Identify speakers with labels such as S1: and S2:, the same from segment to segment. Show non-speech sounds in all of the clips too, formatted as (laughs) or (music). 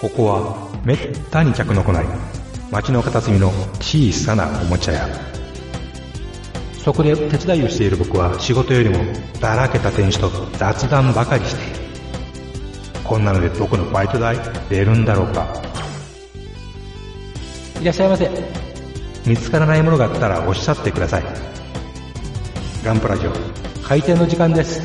S1: ここはめったに客の来ない町の片隅の小さなおもちゃ屋そこで手伝いをしている僕は仕事よりもだらけた店主と雑談ばかりしているこんなので僕のバイト代出るんだろうか
S2: いらっしゃいませ。
S1: 見つからないものがあったらおっしゃってくださいガンプラジオ開店の時間です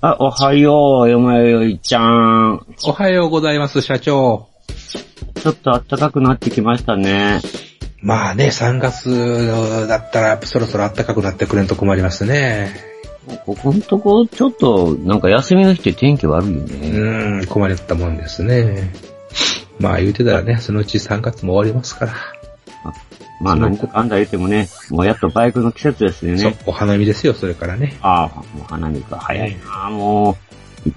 S3: あ、おはよう、よまよよいちゃん。
S2: おはようございます、社長。
S3: ちょっと暖かくなってきましたね。
S2: まあね、3月だったらそろそろ暖かくなってくれんと困りますね。
S3: ここのとこ、ちょっと、なんか休みの日って天気悪いよ
S2: う
S3: ね。
S2: ーん、困りったもんですね。まあ言うてたらね、そのうち3月も終わりますから。
S3: まあ、なんとかあんだ言ってもね、もうやっとバイクの季節ですよ
S2: そう
S3: ね。、
S2: お花見ですよ、それからね。
S3: ああ、もう花見が早いな、も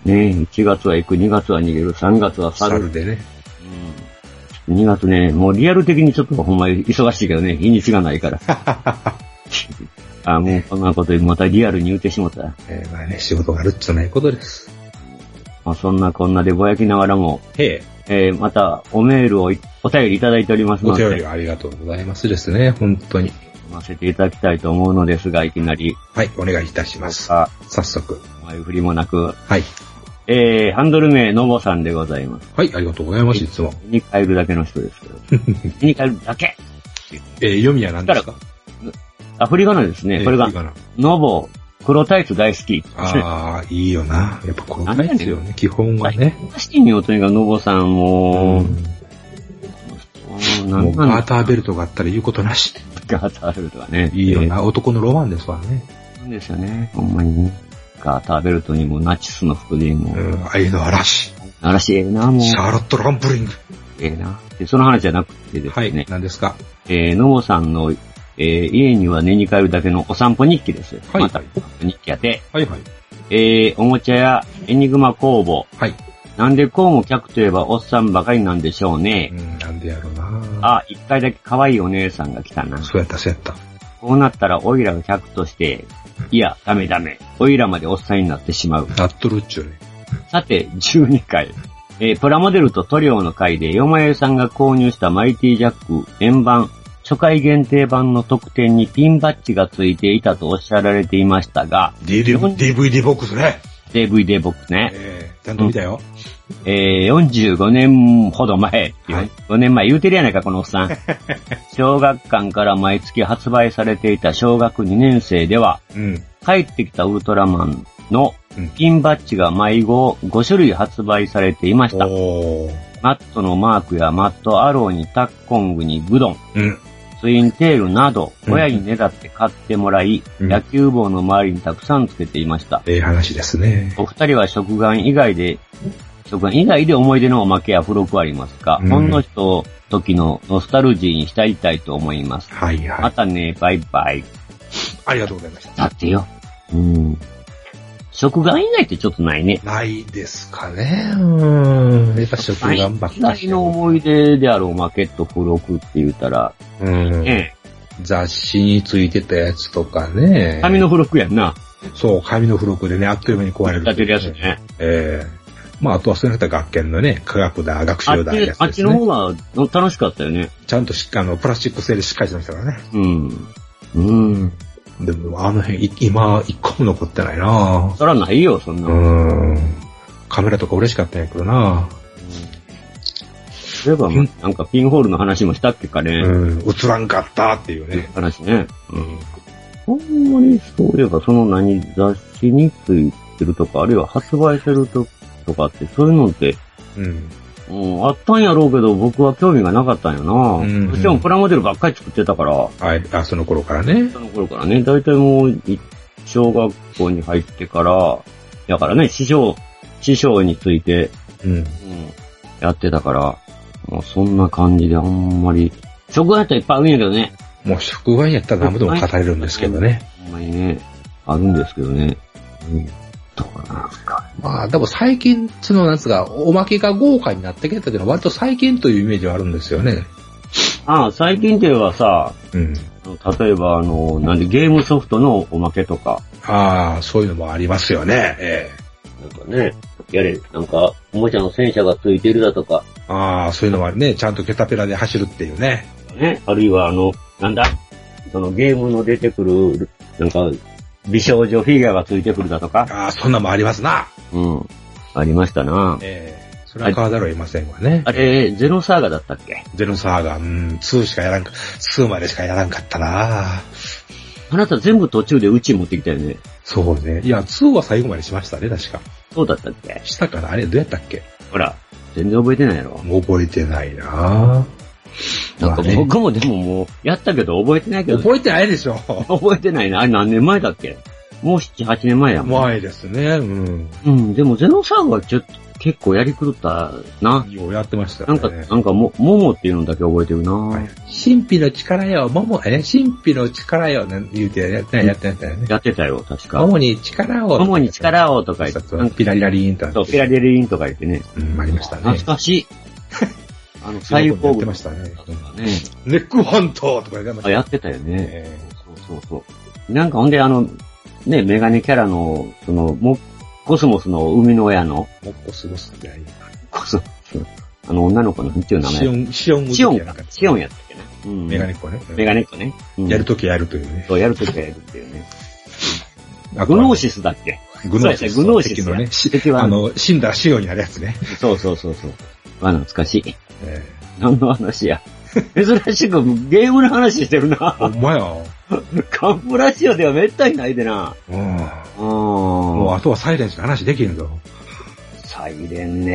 S3: う。ね1月は行く、2月は逃げる、3月は去
S2: サ
S3: る。
S2: ルでね。
S3: うん、2月ね、もうリアル的にちょっとほんま忙しいけどね、日にちがない (laughs) から。あ、もうこんなことまたリアルに言うてしもったら。
S2: えーまあね、仕事があるっちゃないことです。
S3: まあ、そんなこんなでぼやきながらも、
S2: へえ、
S3: えー、また、おメールをい、お便りいただいております
S2: お
S3: ので、
S2: 便りありがとうございますですね、本当に。
S3: 読ませていただきたいと思うのですが、いきなり、
S2: はい、お願いいたします。
S3: あ、
S2: 早速。
S3: 前振りもなく、
S2: はい。
S3: えー、ハンドル名、のぼさんでございます。
S2: はい、ありがとうございます、いつも。
S3: 家に帰るだけの人ですけど。
S2: (laughs)
S3: 家に帰るだけ
S2: えー、読みは何ですか
S3: あ、振り仮名ですね。これ
S2: え
S3: が
S2: ーいい、かな
S3: のぼ、黒タイツ大好き。
S2: ああ、いいよな。やっぱこのいですよね、基本はね。
S3: おかしいよ、とにかくのぼさんも、うん、な
S2: も
S3: ん
S2: う
S3: なん
S2: バー
S3: だ
S2: ターベルトがあったら言うことなし。
S3: ガーターベルトはね。
S2: いいよな、男のロマンですわね。
S3: えー。なんですよね。ほんまにね。ガーターベルトにも、ナチスの服でも、
S2: うん、愛の嵐。
S3: 嵐ええな、もう。
S2: シャーロット・ランプリング。
S3: ええな。で、その話じゃなくてです
S2: は
S3: ね、
S2: い、何ですか
S3: えー、のぼさんの、えー、家には寝に帰るだけのお散歩日記です。
S2: はい
S3: また、日記やて、
S2: はいはい。
S3: えー、おもちゃやエニグマ工房。
S2: はい。
S3: なんでこうも客といえばおっさんばかりなんでしょう
S2: う
S3: ね。
S2: ん、なんでやろうな。
S3: あ、一回だけ可愛いお姉さんが来たな。
S2: そうやった、そうやった。
S3: こうなったらオイラが客として、いや、ダメダメ。オイラまでおっさんになってしまう。
S2: なっとるっちゅうね。
S3: さて、12回。えープラモデルと塗料の回で、よまよさんが購入したマイティジャック円盤、初回限定版の特典にピンバッジが付いていたとおっしゃられていましたが、
S2: DD DVD ボックスね。
S3: DVD ボックスね、
S2: ええ、ちゃんと見たよ。
S3: えー45年ほど前、
S2: はい
S3: 45年前言うてるやないか、このお
S2: (laughs)
S3: っさん。小学館から毎月発売されていた小学2年生では、
S2: うん。
S3: 帰ってきたウルトラマンの
S2: うん
S3: ピンバッジが毎号5種類発売されていました。
S2: おー。
S3: マットのマークやマットアローにタッコングにグドン、
S2: うん。
S3: ツインテールなど、
S2: うん
S3: 親にねだって買ってもらい、
S2: うん
S3: 野球帽の周りにたくさんつけていました。
S2: ええ話ですね。
S3: お二人は食玩以外で、食玩以外で思い出のおまけや付録はありますか、
S2: うん
S3: ほんのひと時のノスタルジーに浸りたいと思います。
S2: はいは
S3: ま
S2: い。
S3: たね、バイバイ。
S2: ありがとうございました。
S3: だってよ。うん。食玩以外ってちょっとないね。
S2: ないですかね。うん。やっぱ食頑張った
S3: 以外の思い出であるおまけと付録って言ったら、
S2: うん。
S3: ね、
S2: 雑誌についてたやつとかね。
S3: 紙の付録やんな。
S2: そう、紙の付録でね、あっという間に壊れる。
S3: やってるやつ。ね。
S2: ええまあ、あとはそれなった学研のね、科学だ、学
S3: あっ
S2: 習だ、
S3: ち
S2: や、つ
S3: あっ
S2: で
S3: ち
S2: す
S3: の
S2: ね。
S3: 方が楽しかったよね。
S2: ちゃんとしっかあの、プラスチック製でしっかりしてましたからね。
S3: うん。うん。
S2: でも、あの辺、い今、一個も残ってないな
S3: そらないよ、そんな
S2: う
S3: もん。うん
S2: ん。カメラとか嬉しかったんやけどな
S3: そういえば、まなんかピンホールの話もしたっけかね。
S2: うん。映らんかったっていうね。
S3: 話ね。
S2: うん。
S3: ほんまに、そういえば、その何、雑誌についてるとか、あるいは発売してるととかって、そういうのって、
S2: うん。
S3: うん、あったんやろうけど、僕は興味がなかったんやな。
S2: うんうん
S3: どうしてもプラモデルばっかり作ってたから、
S2: はい。あ、その頃からね。
S3: その頃からね、大体もう、い小学校に入ってから、だからね、師匠、師匠について、
S2: うん。
S3: うんやってたから、もうそんな感じであんまり、食やったらいっぱいあるんやけどね。
S2: もう、食玩やったら何でも語れるんですけどね。
S3: ほんまにね、あるんですけどね。うん。どうなんすか。
S2: まあ、でも最近、その、なんつうか、おまけが豪華になってきたけど、割と最近というイメージはあるんですよね。
S3: ああ、最近っていうのはさ、
S2: うん。
S3: あ例えば、あの、なんでゲームソフトのおまけとか、
S2: ああ、そういうのもありますよね。え
S3: なんかね、やれ、なんか、おもちゃの戦車がついてるだとか、
S2: えああ、そういうのもあるね。ちゃんとケタペラで走るっていうね。
S3: ね、あるいはあの、なんだ、そのゲームの出てくる、なんか、美少女フィギュアがついてくるだとか、
S2: ああ、そんなんもありますな。
S3: うん、ありましたな
S2: ええそれは買わざるを得ませんわね。
S3: あれ、ゼロサーガだったっけ
S2: ゼロサーガー、うん、2しかやらんか、2までしかやらんかったな。
S3: あなた全部途中でうち持ってきたよね。
S2: そうね。いや、2は最後までしましたね、確か。
S3: そうだったっけ
S2: したから、あれ、どうやったっけ
S3: ほら、全然覚えてないやろ。
S2: 覚えてないな
S3: なんか
S2: まあね
S3: 僕もでももう、やったけど覚えてないけど、
S2: 覚えてないでしょ。
S3: 覚えてないな。あれ何年前だっけもう7、8年前やもん。
S2: 前ですね、うん。
S3: うん、でもゼロサーガはちょっと結構やり狂ったな。
S2: ようやってました
S3: なん
S2: ね。
S3: か、なんかも、ももっていうのだけ覚えてるな、
S2: 神秘の力よ、桃、え、神秘の力よ、なんて言うてやってやってやったよね。
S3: やってたよ、確か。
S2: 桃に力を。
S3: 主に力をとか言って、なん
S2: を。
S3: か
S2: ピラリラリーンと。
S3: そう、ピラリリンとか言ってね。
S2: うん、ありましたね
S3: 懐。かしい。 (laughs) あの、最
S2: や
S3: 高
S2: って
S3: 部
S2: ま
S3: と
S2: したね。
S3: かね。
S2: ネックハントとかやってま
S3: あ、
S2: した
S3: やってたよね。
S2: ね。
S3: そうそうそう。なんかほんであの、ね、メガネキャラの、その、も、コスモスの生みの親の、
S2: もっこすごすってあり。
S3: コスモス、あの女の子の、なんていう名
S2: シオ
S3: 前
S2: ン、シオン
S3: シオン
S2: や
S3: か
S2: なかっ。た
S3: シオンやったっけな。うん。
S2: メガネっ子ね。
S3: メガネっ子ね。うん
S2: やるときやるというね。
S3: そう、やるときはやるっていうね。
S2: あと
S3: グ
S2: は
S3: ノーシスだっけ
S2: グノーシス。
S3: そうやグノーシス
S2: 敵のね。し
S3: 敵は
S2: あ、の、死んだ仕様になるやつね。
S3: そうそうそうそう。あ、懐かしい。
S2: え
S3: 何の話や。 (laughs) 珍しくゲームの話してる
S2: え。ほ
S3: な。
S2: んまや。
S3: カンプラジオではめったにないでな。
S2: うん。
S3: うん。
S2: もうあとはサイレンしか話できんぞ。
S3: サイレン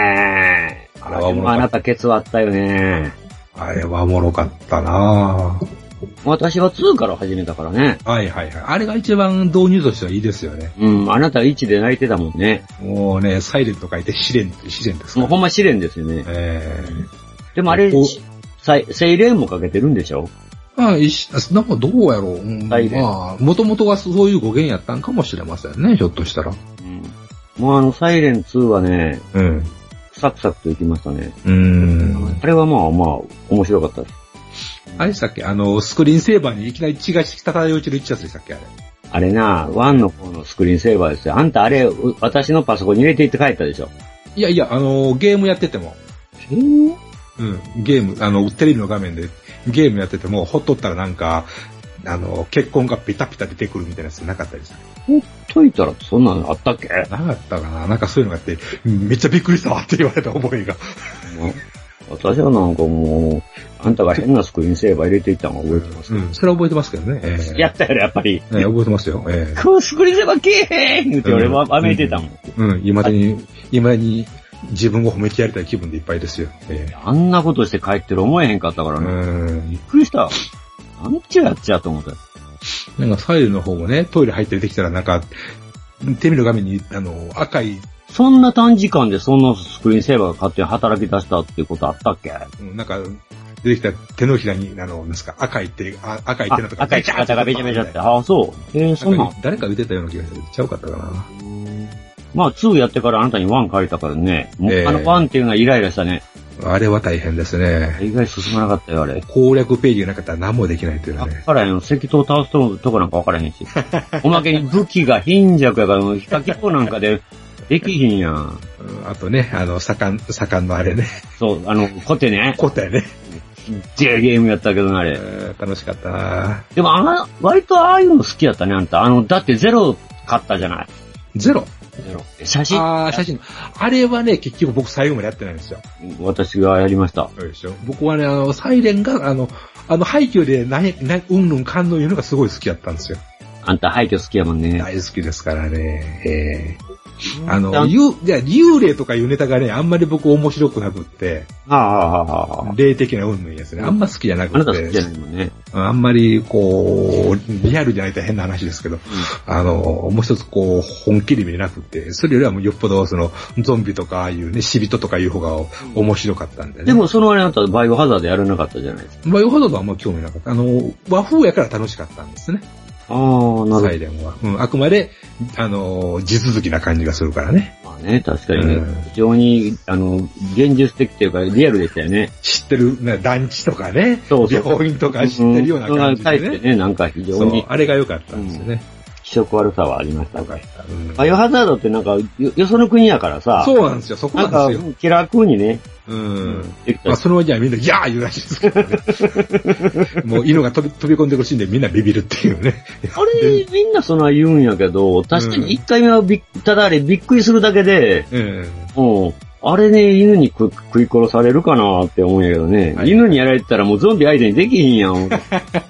S3: ね
S2: あ
S3: あ
S2: れはおもろかった
S3: あなたケツ割ったよね
S2: あれはおもろかったなぁ。
S3: 私は2から始めたからね。
S2: はいはいはい。あれが一番導入としてはいいですよね。
S3: うん、あなた1で泣いてたもんね。
S2: もうね、サイレンと書いて試練、試練ですか
S3: も
S2: ら。
S3: うほんま試練ですよね。
S2: ええ
S3: でもあれ
S2: こ、こ
S3: サイセイレンもかけてるんでしょ
S2: まあ、一緒なんかどうやろう。うん
S3: サイレン
S2: まあ、もともとはそういう語源やったんかもしれませんね、ひょっとしたら。
S3: うん。もうあの、サイレン2はね、
S2: うん。
S3: サクサクといきましたね。
S2: うーん。
S3: あれはまあまあ、面白かったです。
S2: あれさっき、あの、スクリーンセーバーにいきなり血が漂い落ちる一やつでしたっけ、あれ。
S3: あれな、ワンの方のスクリーンセーバーですよ。あんたあれ、う私のパソコンに入れていって帰ったでしょ。
S2: いやいや、あの、ゲームやってても。うん、ゲーム、あの、テレビの画面でゲームやってても、ほっとったらなんか、あの、血痕がピタピタ出てくるみたいなやつなかったりした。
S3: ほっといたらそんなのあったっけ
S2: なかったかななんかそういうのがあって、めっちゃびっくりしたわって言われた覚えが。
S3: 私はなんかもう、あんたが変なスクリーンセーバー入れていったのを覚えてます。
S2: うん、それは覚えてますけどね。ええ
S3: (laughs) やったよ、やっぱり。
S2: ええ覚えてますよ。ええ
S3: このスクリーンセーバーけえへん言って俺は
S2: うん
S3: あめいてたもん。
S2: うん、未だに、未だに自分を褒めてやりたい気分でいっぱいですよ。え
S3: あんなことして帰ってる思えへんかったから
S2: え
S3: ね。
S2: うん
S3: びっくりした。なんちゅうやっちゃと思ったよ。
S2: なんか左右の方もね、トイレ入って出てきたらなんか、テレビの画面に、あの、赤い、
S3: そんな短時間でそんなスクリーンセーバーが勝手に働き出したっていうことあったっけ
S2: うんなんか、出てきた手のひらに、あの、なんですか、赤い手、あ赤い手のとか、
S3: 赤い方がべちゃべちゃって。
S2: な
S3: ああ、そう。えー、そん
S2: ん
S3: なん
S2: か。誰か言ってたような気がする。ちゃうかったかな。
S3: まあ、2やってからあなたに1借りたからね。もう
S2: ええ
S3: あの1っていうのはイライラしたね。
S2: あれは大変ですね。
S3: 意外進まなかったよ、あれ。
S2: 攻略ページがなかったら何もできないという
S3: あっ
S2: ね。
S3: からやの、石刀倒すととこなんかわからへんし。
S2: (laughs)
S3: おまけに武器が貧弱やから、もうヒカキコなんかで、できひんやん。
S2: うんあとね、あの、盛ん、盛んのあれね、
S3: そう、あの、コテね。
S2: 答えね。
S3: ジェゲームやったけどな、あれ。
S2: うん楽しかったな
S3: でも、あの、割とああいうの好きやったね、あんた。あの、だってゼロ買ったじゃない。
S2: ゼロ。
S3: ゼロ。写真、
S2: ああ、写真。あれはね、結局僕最後までやってないんですよ。
S3: 私がやりました。
S2: そうでしょ僕はね、あの、サイレンが、あの、あの、廃墟で、なに、な、うんぬん感動いうのがすごい好きだったんですよ。
S3: あんた廃墟好きやもんね。
S2: 大好きですからね。ええあ
S3: あ
S2: の、
S3: ん
S2: ゆ、じゃあ幽霊とかいうネタがね、あんまり僕面白くなくって、
S3: ああ、ああ、ああ。
S2: 霊的な運のやつね、あんま好きじゃな
S3: あ
S2: く
S3: なた好きじゃ
S2: て、
S3: ないもんね。
S2: あんまりこう、リアルじゃないと変な話ですけど、あの、もう一つこう、本気で見れなくて、それよりはもうよっぽどその、ゾンビとかああいうね、死人とかいう方が面白かったんでね。
S3: で、も、そのあれあなたバイオハザードやらなかったじゃないですか。
S2: まあ、よほどはあんま興味なかった。あの、和風やから楽しかったんですね、
S3: ああ、な
S2: サ
S3: る
S2: イレンは。うん、あくまで、あの、地続きな感じがするからね。
S3: ほど。あね、確かにね
S2: うん。
S3: 非常に、あの、現実的というか、リアルでしたよね。
S2: 知ってる、ね、団地とかね、
S3: そうそう
S2: 病院とか知ってるような感じで
S3: うん
S2: ね。
S3: 対してね、なんか非常
S2: そう
S3: に、
S2: あれが良かったんですよね。
S3: 気色悪さはありました
S2: 良
S3: ね
S2: かった。うん
S3: バイオハザードってなんか、よ、よその国やからさ、
S2: そうなんですよ、そこ
S3: な
S2: なん
S3: か
S2: んですよ。、
S3: 気楽にね、
S2: うん。
S3: でき
S2: ま
S3: た
S2: あ、
S3: ら
S2: その割にはみんな、いやー言うらしいですけどね。
S3: (laughs)
S2: もう犬が飛び飛び込んでくるシーンでみんなビビるっていうね。
S3: あれ、みんなそんな言うんやけど、確かに一回目はびっ、ただあれびっくりするだけで、
S2: うん。
S3: うん。あれね、犬に食食い殺されるかなって思うんやけどね。
S2: はい
S3: 犬にやられてたらもうゾンビ相手にできひんや
S2: (laughs)
S3: ん。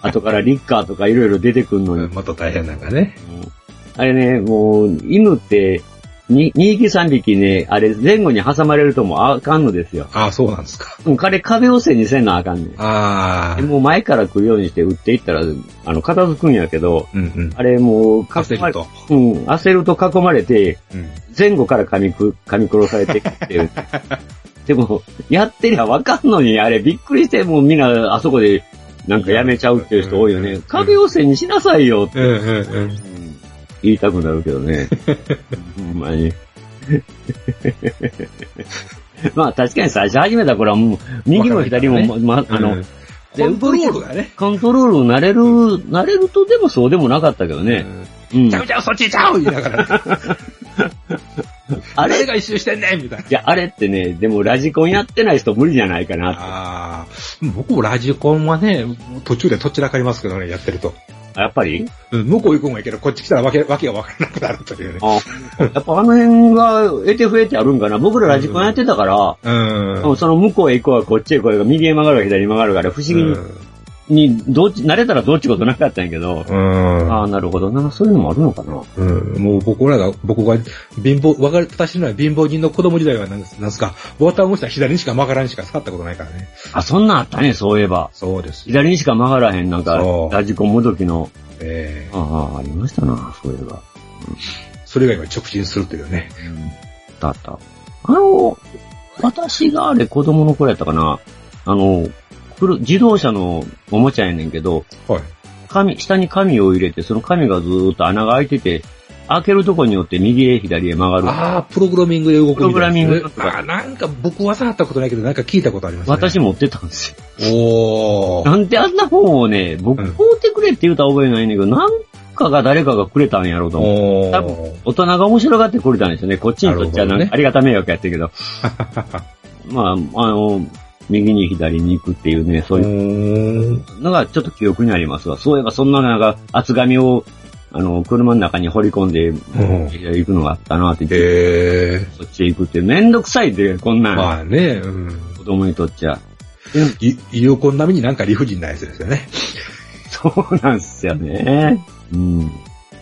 S3: 後からリッカーとかいろいろ出てくんのに。
S2: また大変なんかね。
S3: うんあれね、もう、犬って、に2匹3匹ね、あれ前後に挟まれるともうあかんのですよ。
S2: ああ、そうなんですか。
S3: うん彼壁を背にせんなあかんねん。
S2: あ
S3: で
S2: あ。
S3: もう前から来るようにして撃っていったら、あの、片付くんやけど、
S2: うんうん。
S3: あれもう、
S2: カセ
S3: 囲ま
S2: ル
S3: れ
S2: と。
S3: うん、焦ると囲まれて、
S2: うん。
S3: 前後から噛みく噛み殺されていくって
S2: (laughs)
S3: いう。でも、やってりゃわかんのに、あれびっくりして、もうみんなあそこでなんかやめちゃうっていう人多いよ
S2: うんうんう
S3: ね
S2: ん。
S3: 壁を背にしなさいよって、
S2: うんうんうん。
S3: うん言いたくなるけ
S2: (laughs)
S3: どね。ほんまに。 (laughs) まあ確かに最初始めた頃はもう、右も左も、ま、あの、
S2: コントロールがね。
S3: コントロール慣れる、慣れるとでもそうでもなかったけどね。うん
S2: ちゃうちゃう、そっちちゃう言いなが
S3: (laughs)
S2: ら、
S3: あ
S2: あ
S3: れ
S2: れが一周してんねんみたいな。
S3: いや、あれってね、でもラジコンやってない人無理じゃないかな。
S2: ああ、僕もラジコンはね、途中でとっちらかりますけどね、やってると。
S3: やっぱり
S2: うん向こう行くんがいいけど、こっち来たらわけ、わけがわからなくなるというね。
S3: あやっぱあの辺が得て増えてあるんかな。僕らラジコンやってたから、
S2: うん。
S3: もうその向こうへ行こうがこっちへ行こうが右へ曲がるか左へ曲がるから不思議
S2: う
S3: に,、
S2: ん
S3: どっち、慣れたらどっちことなかったんやけど。
S2: うん
S3: ああ、なるほどな。そういうのもあるのかな。
S2: うん、もう僕らが、僕が貧乏、わかる、私のは貧乏人の子供時代はなんですなんすか、ボタンを押したら左にしか曲がらんしか使ったことないからね。
S3: あ、そんなんあったね、そういえば。
S2: そうです。
S3: 左にしか曲がらへん、なんか
S2: そ、う
S3: ラジコンもどきの。
S2: ええ
S3: ああ、ありましたな、そういえば。
S2: それが今直進するというね。
S3: だった。あの、私があれ子供の頃やったかな。あの、くる自動車のおもちゃやねんけど、
S2: はい。
S3: 紙、下に紙を入れて、その紙がずーっと穴が開いてて、開けるとこによって右へ左へ曲がる。
S2: ああ、プログラミングで動くみたいな
S3: プログラミン
S2: やつね、
S3: グとか
S2: ああ、なんか僕は触ったことないけど、なんか聞いたことありますね。
S3: 私持ってたんですよ。
S2: おー。
S3: なんであんな本をね、僕
S2: うん
S3: 買うてくれって言うた覚えないねんだけど、なんかが誰かがくれたんやろうと思う。
S2: お
S3: 多
S2: ー。
S3: 大人が面白がってこれたんですよね。こっちにとっち
S2: な
S3: ゃなん
S2: るほどね
S3: かありがた迷惑やってる
S2: (laughs)
S3: けど。まあ、あの、右に左に行くっていうね、そうういう
S2: ーん。
S3: のがちょっと記憶にありますわ。そういえばそんななんか厚紙を、あの、車の中に掘り込んで、
S2: ん
S3: 行くのがあったなって言って、
S2: ええ
S3: そっちへ行くってめんどくさいで、こんなん、
S2: まあね、うん。
S3: 子供にとっちゃ。 (laughs)
S2: い、有効並みになんか理不尽なやつですよね。
S3: そうなんすよね。うん。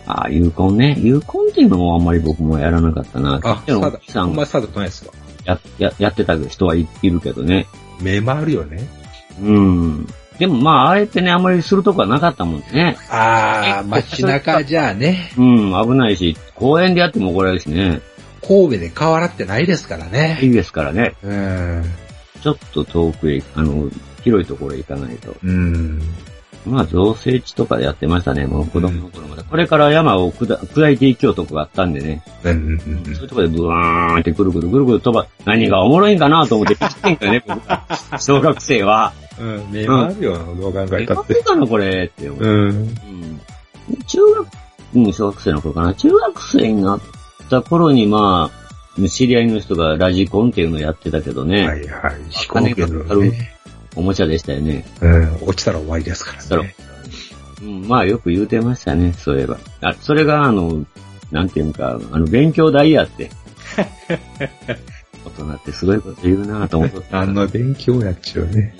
S3: ああ、有効ね。有効っていうのもあんまり僕もやらなかったな。
S2: あ、
S3: で
S2: サ
S3: も、
S2: ダ
S3: 奥、さ
S2: あん
S3: ん
S2: ま
S3: が
S2: りサダとないですわ。
S3: やややってた人はいいるけどね。
S2: 目回るよね。
S3: うん。でもまあ、あれってね、あんまりするとこはなかったもんね。
S2: ああ、
S3: え
S2: 街中じゃあね、
S3: うん、危ないし、公園でやっても怒られるしね。
S2: 神戸で河原ってないですから
S3: い
S2: ね。
S3: いですからね。
S2: うん。
S3: ちょっと遠くへ、あの、広いところへ行かないと。
S2: うん。
S3: まあ、造成地とかでやってましたね、もう子供の頃まで。これから山を下下いていきようとこがあったんでね。
S2: うん。
S3: そういうとこでブワーンってぐるぐるぐるぐる飛ば、何がおもろいんかなと思って聞ってんかね、
S2: (laughs)
S3: 僕は小学生は。
S2: うん。目回るよ、どう考えたっ
S3: え
S2: て。
S3: かな、これって思う。
S2: うん。
S3: うん中学、うん、小学生の頃かな。中学生になった頃に、まあ、知り合いの人がラジコンっていうのをやってたけどね、
S2: はいはい。飛行機のね。
S3: おもちゃでしたよね。
S2: うん。落ちたら終わりですからね。
S3: うん、まあよく言うてましたね、そういえば。あ、それが、あの、なんていうんか、あの、勉強代
S2: (laughs)
S3: やって。大人ってすごいこと言うなぁと思って
S2: あの勉強やっちゅうね。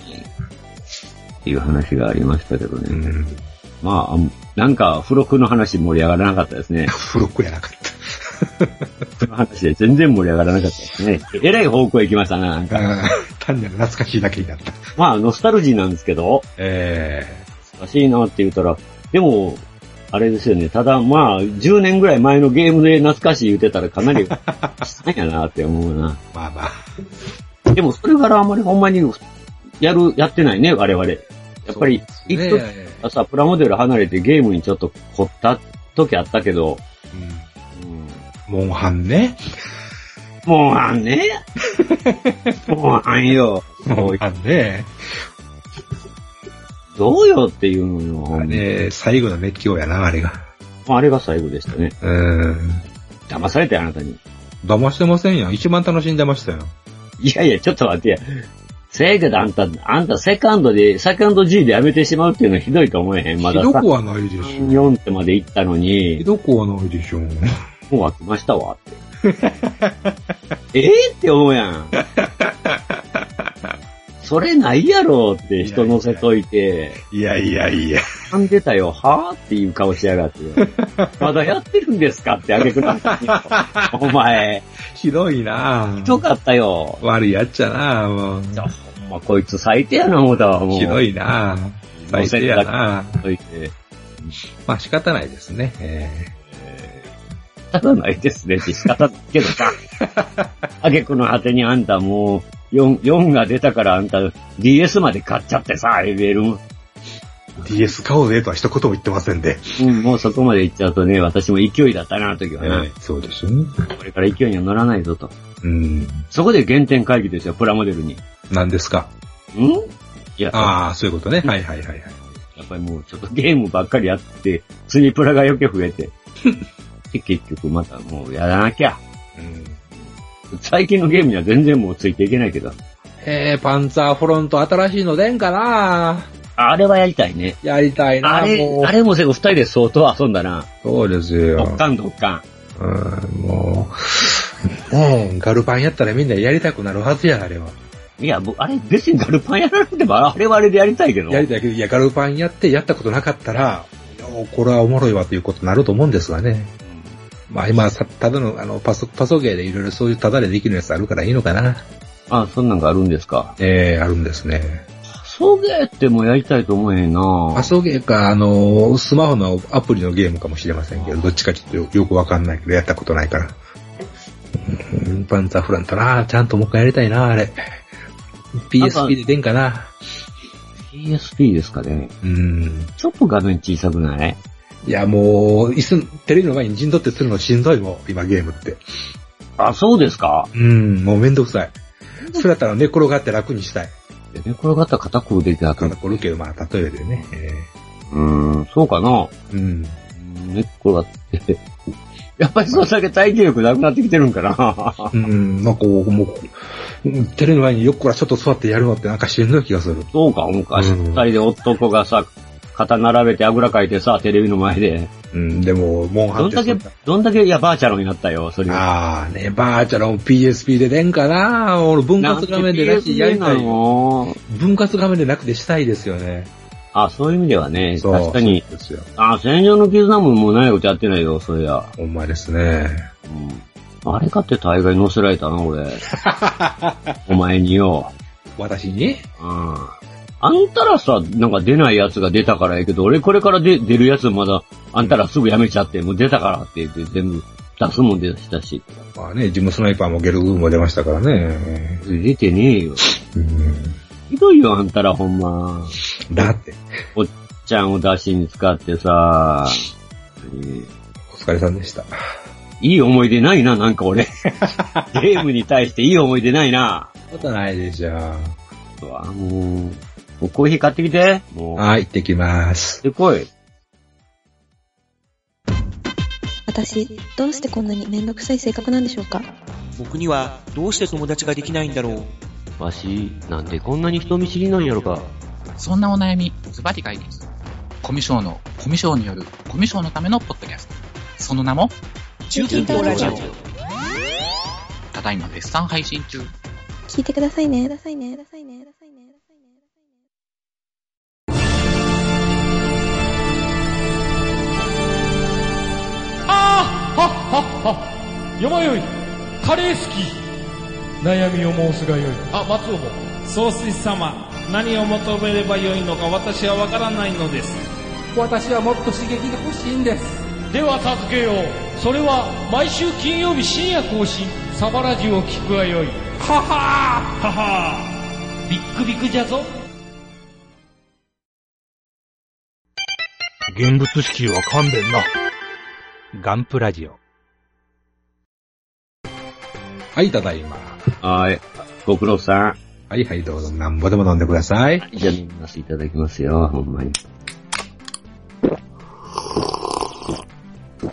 S3: っていう話がありましたけど
S2: う
S3: ね。
S2: ん。
S3: まああん、なんか、付録の話盛り上がらなかったですね。 (laughs)
S2: 付録やな (laughs) かった。
S3: その話で全然盛り上がらなかったですね。えらい方向へ行きましたな、なんか。
S2: うん単なる懐かしいだけになった。
S3: まあ、ノスタルジーなんですけど、
S2: え
S3: 難しいなって言ったら、でも、あれですよね。ただ、まあ、10年ぐらい前のゲームで懐かしい言ってたらかなり、なんやなって思うな。
S2: えまあまあ。
S3: でもそれからあんまりほんまにやる、やってないね、我々。やっぱり、一
S2: ね
S3: 時さ、プラモデル離れてゲームにちょっと凝った時あったけど、
S2: うん
S3: うん
S2: モンハンね。
S3: もうあ
S2: (laughs)
S3: んね。もうあんよ。もう
S2: あのね、
S3: どうよっていうのよ、
S2: あ
S3: ほんまに
S2: れ、最後の熱狂やな、あれが。
S3: あれが最後でしたね。
S2: うん。
S3: 騙されたよ、あなたに。
S2: 騙してませんよ。一番楽しんでましたよ。
S3: いやいや、ちょっと待ってや。せやけど、あんた、あんた、セカンドで、セカンド G でやめてしまうっていうのはひどいと思えへん。ま
S2: ひ
S3: だ
S2: ど
S3: さ
S2: くはないでしょ。
S3: 4ってまで行ったの
S2: ひ
S3: に、
S2: どくはないでしょ。
S3: もう飽きました
S2: (laughs)
S3: わって。ええって思うや
S2: (laughs)
S3: ん。それないやろって人乗せといて、
S2: いやいやいや。
S3: 噛んでたよ、はぁっていう顔しやがって。
S2: (laughs)
S3: まだやってるんですかってあげくなったよお前、
S2: ひどいな
S3: ひどかったよ。
S2: 悪いやっちゃなもう。
S3: いやほんまこいつ最低やな、思うたわ、もう。
S2: ひどいな最低やな
S3: といて、
S2: まあ仕方ないですね。え
S3: 仕方ないですねって仕方ないけどさ。あげくの果てにあんたもう、4、4が出たからあんた DS まで買っちゃってさ、レベルも。
S2: ー DS 買おうぜとは一言も言ってませんで。
S3: うん、もうそこまで行っちゃうとね、私も勢いだったな、あの時はね、
S2: はい。そうですね。
S3: これから勢いには乗らないぞと。
S2: うん。
S3: そこで原点会議ですよ、プラモデルに。ん
S2: 何ですか
S3: いや、
S2: ああ、そういうことね。はいはいはいはい。
S3: やっぱりもうちょっとゲームばっかりやって、積みプラが余計増え (laughs) て。で、結局またもうやらなきゃ。
S2: うん
S3: 最近のゲームには全然もうついていけないけど。
S2: えー、パンツァーフロント新しいの出んかな
S3: あれはやりたいね。
S2: やりたいな
S3: あれ
S2: も、う
S3: あ。れもせ二人で相当遊んだな。
S2: そうです
S3: ド
S2: よ
S3: ッ。カンドッカン。
S2: うん、もう。もう、ガルパンやったらみんなやりたくなるはずや、あれは。
S3: いや、僕あれ別にガルパンやらなくても、あれはあれでやりたいけど。
S2: やりたいけど、いや、ガルパンやってやったことなかったら、いやこれはおもろいわということになると思うんですがね。まあ今、たただの、あの、パソ、パソゲーでいろいろそういうただでできるやつあるからいいのかな。
S3: あ、そんなんがあるんですか。
S2: ええあるんですね。
S3: そうゲーってもうやりたいと思えへんな
S2: パソゲーか、あの、スマホのアプリのゲームかもしれませんけど、どっちかちょっとよよくわかんないけど、やったことないから。うんパンツァーフラントなちゃんともう一回やりたいなあれ。PSP で出んかな
S3: PSP ですかね。
S2: うん。
S3: ちょっと画面小さくない
S2: いや、もう、椅子、テレビの前に陣取ってするのしんどいもん、今ゲームって。
S3: あ、そうですか
S2: うん、もうめんどくさい。それやったら寝転がって楽にしたい。
S3: でね、これがあったら肩こうでいただ
S2: た
S3: く
S2: だ、。これけど、まあ、例えでね。え
S3: うーん、そうかな。
S2: えうん。
S3: うん、ね、これがあって。 (laughs) やっぱりそれだけ体験力なくなってきてるんかな。 (laughs)
S2: うん、まあ、こう、もう、うんテレビの前によっこらちょっと座ってやるのってなんかしんどい気がする。
S3: そうか、昔、
S2: うん
S3: 二人で男がさ、肩並べてあぐらかいてさ、テレビの前で。
S2: うん、でも、モンハ
S3: ど
S2: ン
S3: んだけ
S2: そんな、
S3: どんだけ、いや、バーチャルになったよ、それが。
S2: ああ、ね、バーチャルも PSP で出んかな俺、分割画面でな
S3: な
S2: しやりたい。
S3: の
S2: 分割画面でなくてしたいですよね。
S3: あ、そういう意味ではね、
S2: そう
S3: 確かに。
S2: そうですよ。
S3: あ、戦場の絆ももうないことやってないよ、そりゃ。
S2: ほんまですね。
S3: うん。あれかって大概乗せられたな、
S2: (laughs)
S3: 俺。お前によ。
S2: 私に
S3: うん。あんたらさ、なんか出ないやつが出たからやけど、俺これからで出るやつまだ、あんたらすぐやめちゃって、もう出たからって言って全部出すもん出したし。
S2: まあね、ジムスナイパーもゲルグーも出ましたからね。
S3: 出てねえよ。
S2: うん。
S3: ひどいよ、あんたらほんま。
S2: だって、
S3: ちゃんを出しに使ってさ、うん
S2: お疲れさんでした。
S3: いい思い出ないな、なんか俺。ゲームに対していい思い出ないな。
S2: ことないでしょ。
S3: うわもう、もうコーヒー買ってきて。もう、行っ
S2: はい、行ってきます。
S3: てこい。
S4: 私、どうしてこんなにめんどくさい性格なんでしょうか
S5: 僕にはどうして友達ができないんだろう
S6: わし、なんでこんなに人見知りなんやろか。
S7: そんなお悩み、ズバリ解決。コミュ障のコミュ障によるコミュ障のためのポッドキャスト。その名も、
S5: 中近東ラジオ
S7: ただいま絶賛配信中。
S4: 聞いてくださいね。くださいね。くださいね。くださいね。くださいね。
S8: あーはっはっは。よまよい、カレー好き。悩みを申すがよい。あ、松尾も。
S9: 総帥様、何を求めればよいのか私はわからないのです。
S8: 私はもっと刺激が欲しいんです。では助けよう。それは、毎週金曜日深夜更新、サバラジを聞くがよい。ははーははービックビックじゃぞ。
S1: 現物支給は勘弁な。ガンプラジオ。
S2: はい、ただいま。
S3: はい。ご苦労さ
S2: はい、はい、どうぞ、なんぼでも飲んでください。
S3: ん。じゃあ飲みます。いただきますよ。ほんまに。 (laughs)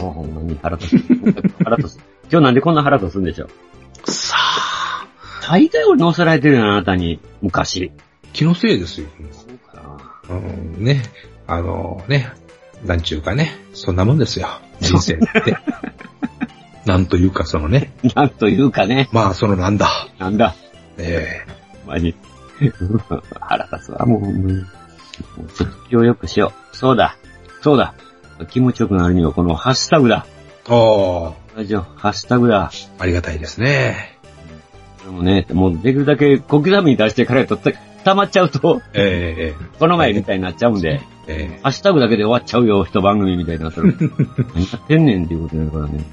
S3: もうほんまに腹立つ。腹立つ。 (laughs) 今日なんでこんな腹立つんでしょう。
S2: さあ、
S3: 大体俺乗せられてるよ、あなたに。昔。
S2: 気のせいですよ。
S3: そうかな。
S2: うん、ね、あのね、なんちゅうかね、そんなもんですよ。人生っ
S1: (laughs)
S2: て。なんというか、そのね、
S3: なんというかね。
S2: まあ、そのなんだ、
S3: なんだ。
S2: え
S3: ほんまに。 (laughs) 腹立つわ、もうほんまに。もうちょっと気を良くしよう。そうだ。そうだ。気持ちよくなるにはこのハッシュタグだ。
S2: えおー、
S3: ラジオ、ハッシュタグだ。
S2: ありがたいですね。
S3: でもね、もうできるだけ小刻みに出してからやと、た溜まっちゃうと、 (laughs)
S2: え
S3: この前みたいになっちゃうんで、
S2: えええ
S3: ハッシュタグだけで終わっちゃうよ、一番組みたいになったら。
S2: (laughs)
S3: 何やってんねんっていうことになるからね。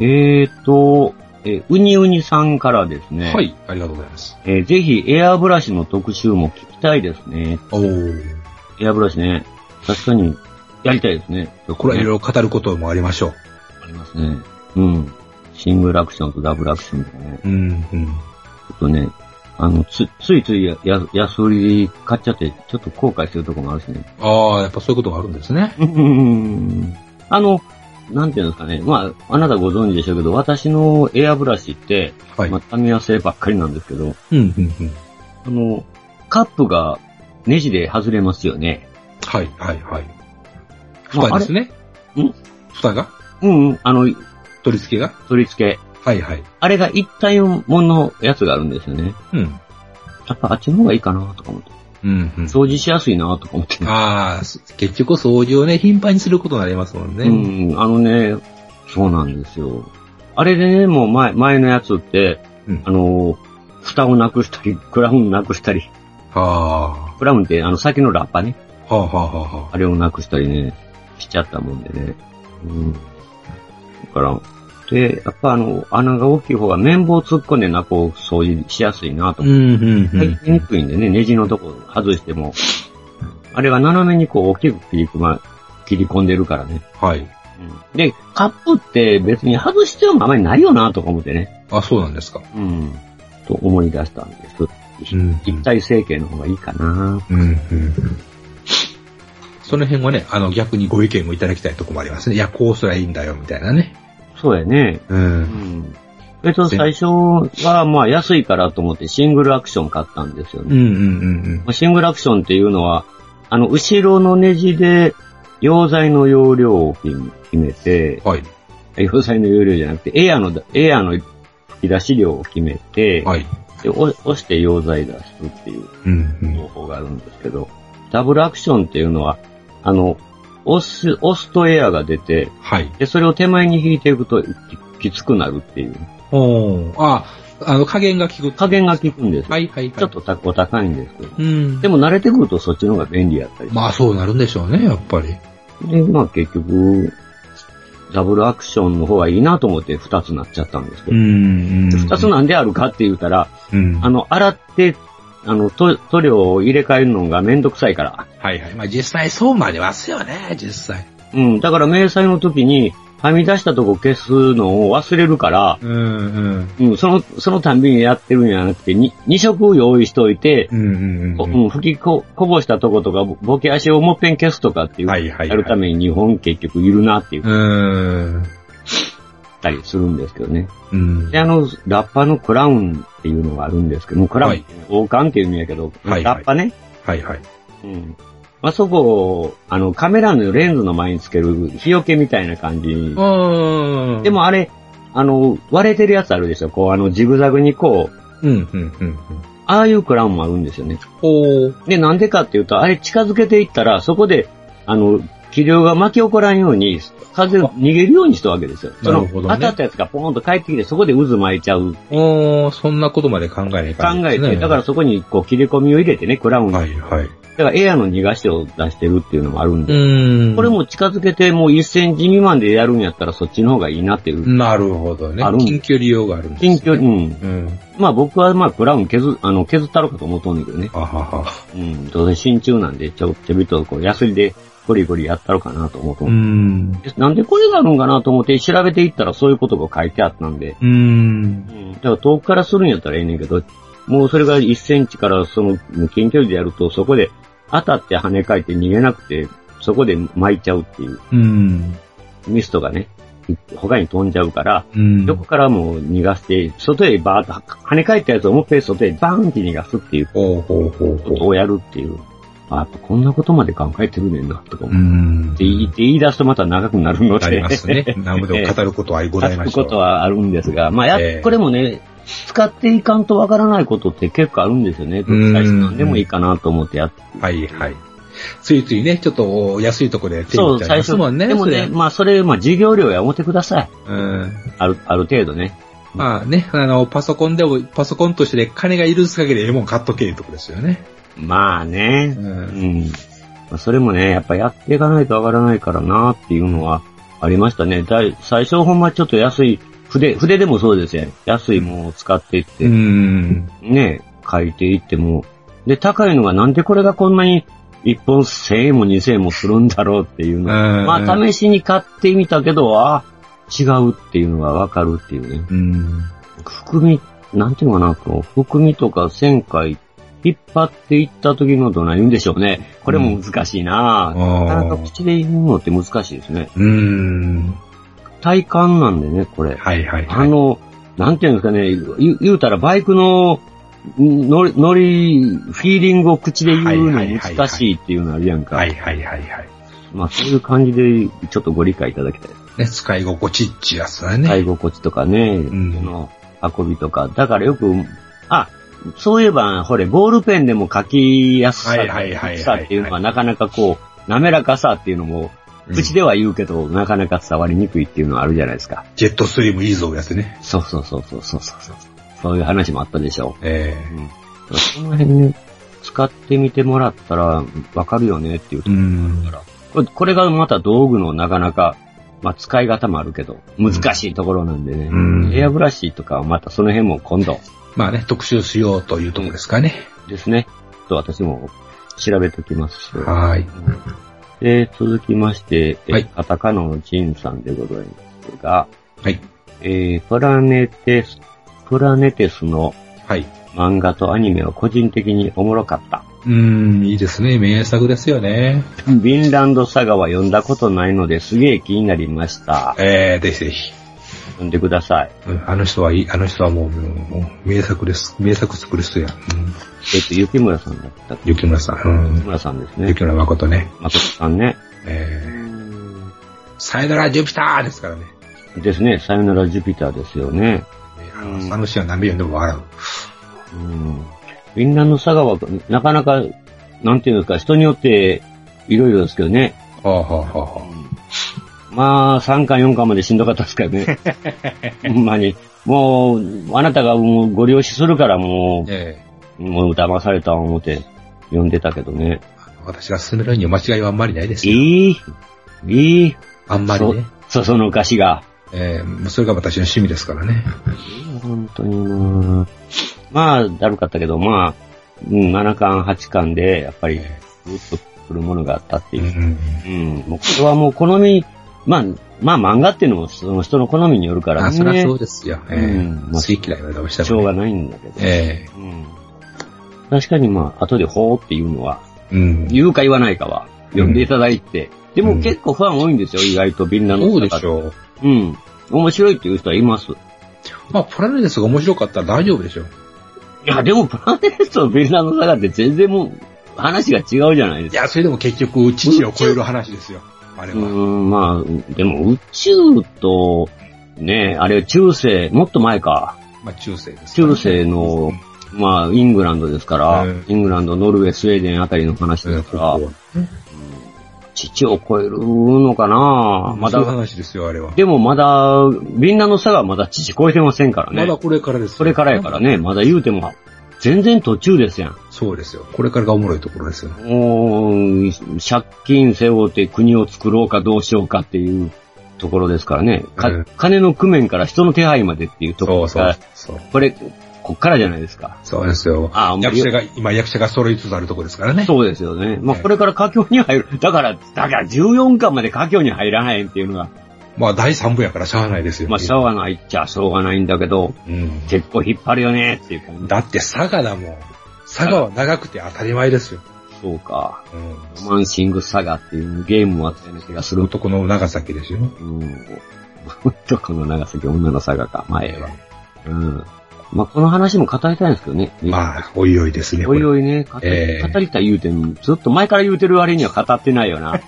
S3: えーと、えーウニウニさんからです
S2: え
S3: ね。
S2: はい、ありがとうございます。
S3: えーぜひエアブラシの特集も聞きたいですね。
S2: おー、
S3: エアブラシね。確かに、やりたいですね。
S2: これはいろいろ語ることもありましょ
S3: ありますね。うん。シングルアクションとダブルアクションとかね。
S2: う。うん、うん。
S3: ちょっとね、あの、つ、ついついや、や、安売り買っちゃって、ちょっと後悔するとこもあるしね。
S2: ああ、やっぱそういうことがあるんですね。
S3: あの、なんていうんですかね。まあ、あなたご存知でしょうけど、私のエアブラシって、
S2: はい。
S3: まあ、組み合わせばっかりなんですけど、
S2: うん、うん、うん。
S3: あの、カップがネジで外れますよね。
S2: はい、はい、はい。
S3: まあ
S2: 蓋ですね。
S3: あれん
S2: 蓋が
S3: うんうん、あの、
S2: 取り付けが
S3: 取り付け。
S2: はい、はい。
S3: あれが一体ものやつがあるんですよね。
S2: うん。
S3: やっぱあっちの方がいいかなとか思って。
S2: うん、うん。
S3: 掃除しやすいなとか思って。
S2: ああ、す結局掃除をね、頻繁にすることになりますもんね。
S3: うん、あのね、そうなんですよ。あれでね、もう前、前のやつって、
S2: うん
S3: あの、蓋をなくしたり、クラウンなくしたり、
S2: は
S3: クラウンってあの先のラッパね、
S2: あ、はあ、はあ、はあは
S3: あれをなくしたりね、しちゃったもんでね。うん。だから、で、やっぱあの、穴が大きい方が綿棒突っ込んでな、こう、掃除しやすいなと
S2: あ。
S3: 思って
S2: ん、うん、
S3: 入りにくいんでね、ネジのとこ外しても、あれは斜めにこう大きく切り込ま、切り込んでるからね。
S2: はい。
S3: で、カップって別に外してもあまりないよなとか思ってね。
S2: あ、そうなんですか。
S3: うん。と思い出したんです。
S2: うん
S3: 一体成形の方がいいかな
S2: うん、うん。その辺はね、あの、逆にご意見をいただきたいとこもありますね。いや、こうすりゃいいんだよ、みたいなね。
S3: そうやね。
S2: う。
S3: うんん。えっと、最初はまあ安いからと思ってシングルアクション買ったんですよ
S2: うん、う
S3: ね。
S2: ん、うん、
S3: シングルアクションっていうのは、あの、後ろのネジで、溶剤の容量を決めて、
S2: うん。はい、
S3: 要塞の容量じゃなくて、エアの、エアの吹き出し量を決めて、
S2: はい。
S3: でお押して溶剤出すっていう
S2: うん、うん。
S3: 方法があるんですけど、ダブルアクションっていうのは、あの、押す、押すとエアが出て、
S2: はい。
S3: で、それを手前に引いていくとききつくなるっていう。
S2: おー。あ、あの、加減が効く。
S3: 加減が効くんですよ。
S2: はい、はい、はい。
S3: ちょっとたお高いんですけど。
S2: うん。
S3: でも慣れてくるとそっちの方が便利やったりする
S2: まあ、そうなるんでしょうね、やっぱり。
S3: で、まあ結局、ダブルアクションの方がいいなと思って二つなっちゃったんですけど。
S2: ん、うん。
S3: 二つなんであるかって言ったら、
S2: うん。
S3: あの、洗って、あの、塗塗料を入れ替えるのがめんどくさいから。
S2: はいはい。まあ実際そうもありますよね、実際。
S3: うん。だから、明細の時に、はみ出したとこ消すのを忘れるから、
S2: うんうん。
S3: うん、その、そのたんびにやってるんじゃなくて、に、2色用意しといて
S2: う、ん
S3: こ
S2: う
S3: うんん、吹きこ、こぼしたとことか、ぼボケ足をもっぺん消すとかっていう、
S2: はいはいはい
S3: やるために日本結局いるなって言っ
S2: うん。うん。
S3: たりするんですけどね。
S2: うん
S3: で、。あの、ラッパのクラウンっていうのがあるんですけど、クラウン、
S2: はい
S3: 王冠っていうんやけど、
S2: はい
S3: ラッパね。
S2: はいはい。
S3: うん。あそこを、あの、カメラのレンズの前につける日よけみたいな感じに。
S2: うん。
S3: で、もあれ、あの、割れてるやつあるでしょこう、あの、ジグザグにこう、
S2: うんうんうん。
S3: ああいうクラウンもあるんですよね。
S2: おー。
S3: で、なんでかっていうと、あれ近づけていったら、そこで、あの、気流が巻き起こらんように、風を逃げるようにしたわけですよ。そ
S2: な
S3: の、
S2: るほ
S3: 当
S2: どね
S3: たったやつがポーンと帰ってきて、そこで渦巻いちゃう。
S2: おー、そんなことまで考えない
S3: 考
S2: かんで
S3: え
S2: すね
S3: て、だから、そこにこう切れ込みを入れてね、クラウン。
S2: はいはい。
S3: だからエアの逃がしを出してるっていうのもあるんで。
S2: うん。
S3: これ。も近づけてもう1センチ未満でやるんやったらそっちの方がいいなっていう。
S2: なるほどね。
S3: あるん
S2: 近距離用があるんですね
S3: 近距離、うん。
S2: うん。
S3: まあ僕はまあクラウン削、あの、削ったろうかと思っとんだけどね。
S2: あはは。
S3: うん。どうせ真鍮なんで、ちょ、ちょびっとこう、ヤスリで、ゴリゴリやったのかなと思うと、
S2: うん。
S3: なんでこれがあるんかなと思って調べていったらそういうことが書いてあったんで、
S2: うん。
S3: だから遠くからするんやったらええねんけど、もうそれが1センチからその近距離でやるとそこで当たって跳ね返って逃げなくて、そこで巻いちゃうっていう、
S2: うん。
S3: ミストがね、他に飛んじゃうから、
S2: うん
S3: どこからも逃がして、外へバーッと跳ね返ったやつを思って外へバーンって逃がすっていう
S2: ほうほうほう
S3: こ
S2: ほ
S3: とをやるっていう。あ、やっぱこんなことまで考えてるねんな、とか
S2: う。う
S3: 思っ
S2: ん。
S3: て言いって言い出すとまた長くなるの
S2: あ
S3: で。
S2: りますね。なの (laughs) で、語ることはござい
S3: (laughs)
S2: ま
S3: 書
S2: し
S3: く
S2: た。
S3: ことはあるんですが、まあや、
S2: ええ
S3: これもね、使っていかんとわからないことって結構あるんですよね。
S2: うん
S3: 最初何でもいいかなと思ってやって。
S2: はいはい。ついついね、ちょっとお安いとこで手に入っ
S3: そう、
S2: てあり
S3: 最
S2: ます
S3: 初。
S2: もんね。
S3: でもね、まあそれ、まあ授業料や思ってください。
S2: それうん。
S3: ある、ある程度ね。
S2: まあね、あの、パソコンでも、パソコンとして金が許す限りええもん買っとけいうとこですよね。
S3: まあね
S2: う。。
S3: うんん。まあそれもね、やっぱやっていかないとわからないからなっていうのはありましたね。だい最初ほんまちょっと安い、筆、筆でもそうですよ。安いものを使っていって、
S2: うん。
S3: ね、書いていっても、で、高いのがなんでこれがこんなに1本1000円も2000円もするんだろうっていうの。
S2: うん
S3: まあ、試しに買ってみたけど、あ違うっていうのがわかるっていうね。
S2: うん。
S3: 含み、なんていうのかな、こう、含みとか旋回、引っ張っていった時のどない言うんでしょうね。これも難しいな、なかなか口で言うのって難しいですね。
S2: うん。
S3: 体感なんでね、これ。
S2: はいはい
S3: あ
S2: はい。
S3: の、なんていうんですかね、言う言うたらバイクの乗り、乗り、フィーリングを口で言うの難しいっていうのあるやんか。
S2: はいはいはいはい。
S3: まあそういう感じでちょっとご理解いただきたいです。
S2: ね、使い心地っちやつだね。
S3: 体心地とかね、
S2: ん
S3: その運びとか。だからよく、あ、そういえば、ほれ、ボールペンでも書きやすさ、
S2: はいはいはいはいはい
S3: 書きやすさっていうのはなかなかこう、滑らかさっていうのも、口では言うけど、なかなか伝わりにくいっていうのはあるじゃないですか。
S2: ジェットストリームいいぞ、やつね。
S3: そうそうそうそうそうそうそう。そういう話もあったでしょう。
S2: え
S3: その辺ね、使ってみてもらったらわかるよねってい
S2: え
S3: うと
S2: ん。
S3: これこれがまた道具のなかなか、まあ使い方もあるけど、難しいところなんでね。
S2: うん
S3: エアブラシとかはまたその辺も今度
S2: まあね、特集しようというところですかね。
S3: ですね。ちょっと私も調べておきます。
S2: はーい。
S3: で、続きまして、え
S2: はい
S3: カタカナのジンさんでございますが、
S2: はい。
S3: えープラネテス、プラネテスの
S2: はい。
S3: 漫画とアニメは個人的におもろか
S2: (laughs)
S3: った。
S2: うーん、いいですね。名作ですよね。
S3: フィンランドサガは読んだことないのですげえ気になりました。
S2: ええぜひぜひ。
S3: 読んでください。
S2: うんあの人はいい、あの人はもう、もうもう名作です。名作作る人や。うん。
S3: えっと、雪村さんだったっけ
S2: 雪村さ
S3: 雪
S2: ん。
S3: 村さんです
S2: うん。
S3: ね
S2: 雪。村誠ね。
S3: 誠さんね。
S2: ええさよなら、ジュピターですからね。
S3: ですね。さよならジュピターですよね。
S2: ねあのあの人は何遍でも笑う。
S3: うん。フィンランドサガは、なかなか、なんていうんですか、人によって、いろいろですけどね。
S2: はあ、はあはあは
S3: まあ、3巻4巻までしんどかったですからね。ほんまに。もう、あなたがもうご了承するからも
S2: あ、え
S3: う、もう騙された思って読んでたけどね。
S2: え私が勧めるには間違いはあんまりないですよ。
S3: いい、いい、
S2: あんまりね。
S3: そその菓子が。
S2: ええそれが私の趣味ですからね。
S3: 本当にまあ、まあ、だるかったけど、まあ、うん、7巻、8巻で、やっぱり、
S2: え
S3: ぐっと来るものがあったって
S2: え
S3: いう。
S2: うん
S3: うん、もうこれはもう好み、まあ、まあ漫画っていうのもその人の好みによるから
S2: あ、そりゃ
S3: ね
S2: そ、うですよ。ええ
S3: うん
S2: 好き嫌いはどうした
S3: しょう
S2: も
S3: が
S2: ね。
S3: ないんだけど。
S2: え
S3: うん、確かにまあ、後でほーっていうのは、
S2: えうん。
S3: 言うか言わないかは、読んでいただいて、で
S2: う
S3: も
S2: ん
S3: 結構ファン多いんですよ、意外とみんなの
S2: ど
S3: 方
S2: う
S3: 々
S2: でしょう。
S3: うん。面白いっていう人はいます。
S2: まあ、プラネデスが面白かったら大丈夫でしょう。
S3: いや、でも、プラネスとヴィンランドサガって全然もう、話が違うじゃないで
S2: い
S3: すか。
S2: や、それでも結局、父を超える話ですよ。あれ
S3: うー
S2: は。
S3: ん、まあ、でも、宇宙と、ね、あれ、中世、もっと前か。
S2: まあ、中世です。
S3: 中世の、まあ、イングランドですから、
S2: うん
S3: イングランド、ノルウェー、スウェーデンあたりの話
S2: う
S3: で
S2: ん
S3: すから、
S2: ここ
S3: 父を超えるのかな
S2: は
S3: ま
S2: そういう
S3: だ、
S2: 話ですよ、あれは。
S3: でもまだ、ヴィンランドサガはまだ父超えてませんから
S2: ま
S3: ね。
S2: だこれからですよ。
S3: それからやからね、まだ言うても、全然途中ですやん。
S2: そうですよ。これからがおもろいところですよ。
S3: もう、借金背負って国を作ろうかどうしようかっていうところですからね。か
S2: うん
S3: 金の工面から人の手配までっていうとこ
S2: そ
S3: ろ
S2: うそうそ
S3: が、
S2: う。
S3: これ、こっからじゃないですか。
S2: そうですよ。
S3: ああ、もう
S2: 役者が、今役者が揃いつつあるとこですからね。
S3: そうですよね。まあ、これから佳境に入る。だから、だから14巻まで佳境に入らないっていうのが、
S2: まあ第3部やからしゃあないですよ。
S3: まあ、しょうがないっちゃしょうがないんだけど、
S2: うん。
S3: 結構引っ張るよねっていう感じ。
S2: だって佐賀だもん。佐賀は長くて当たり前ですよ。
S3: そうか。
S2: うん。
S3: ロマンシングサガっていうゲームもあったような気がする。
S2: 男の長崎ですよ。
S3: うん。 (laughs) 男の長崎、女のサガか、前は。うん。まあ、この話も語りたいんですけどね。
S2: まあ、おいおいですね。
S3: おい
S2: い。
S3: おいね、語り,、
S2: ええ
S3: 語りたい言うてん、ずっと前から言うてる割には語ってない
S2: (laughs)
S3: よな。うん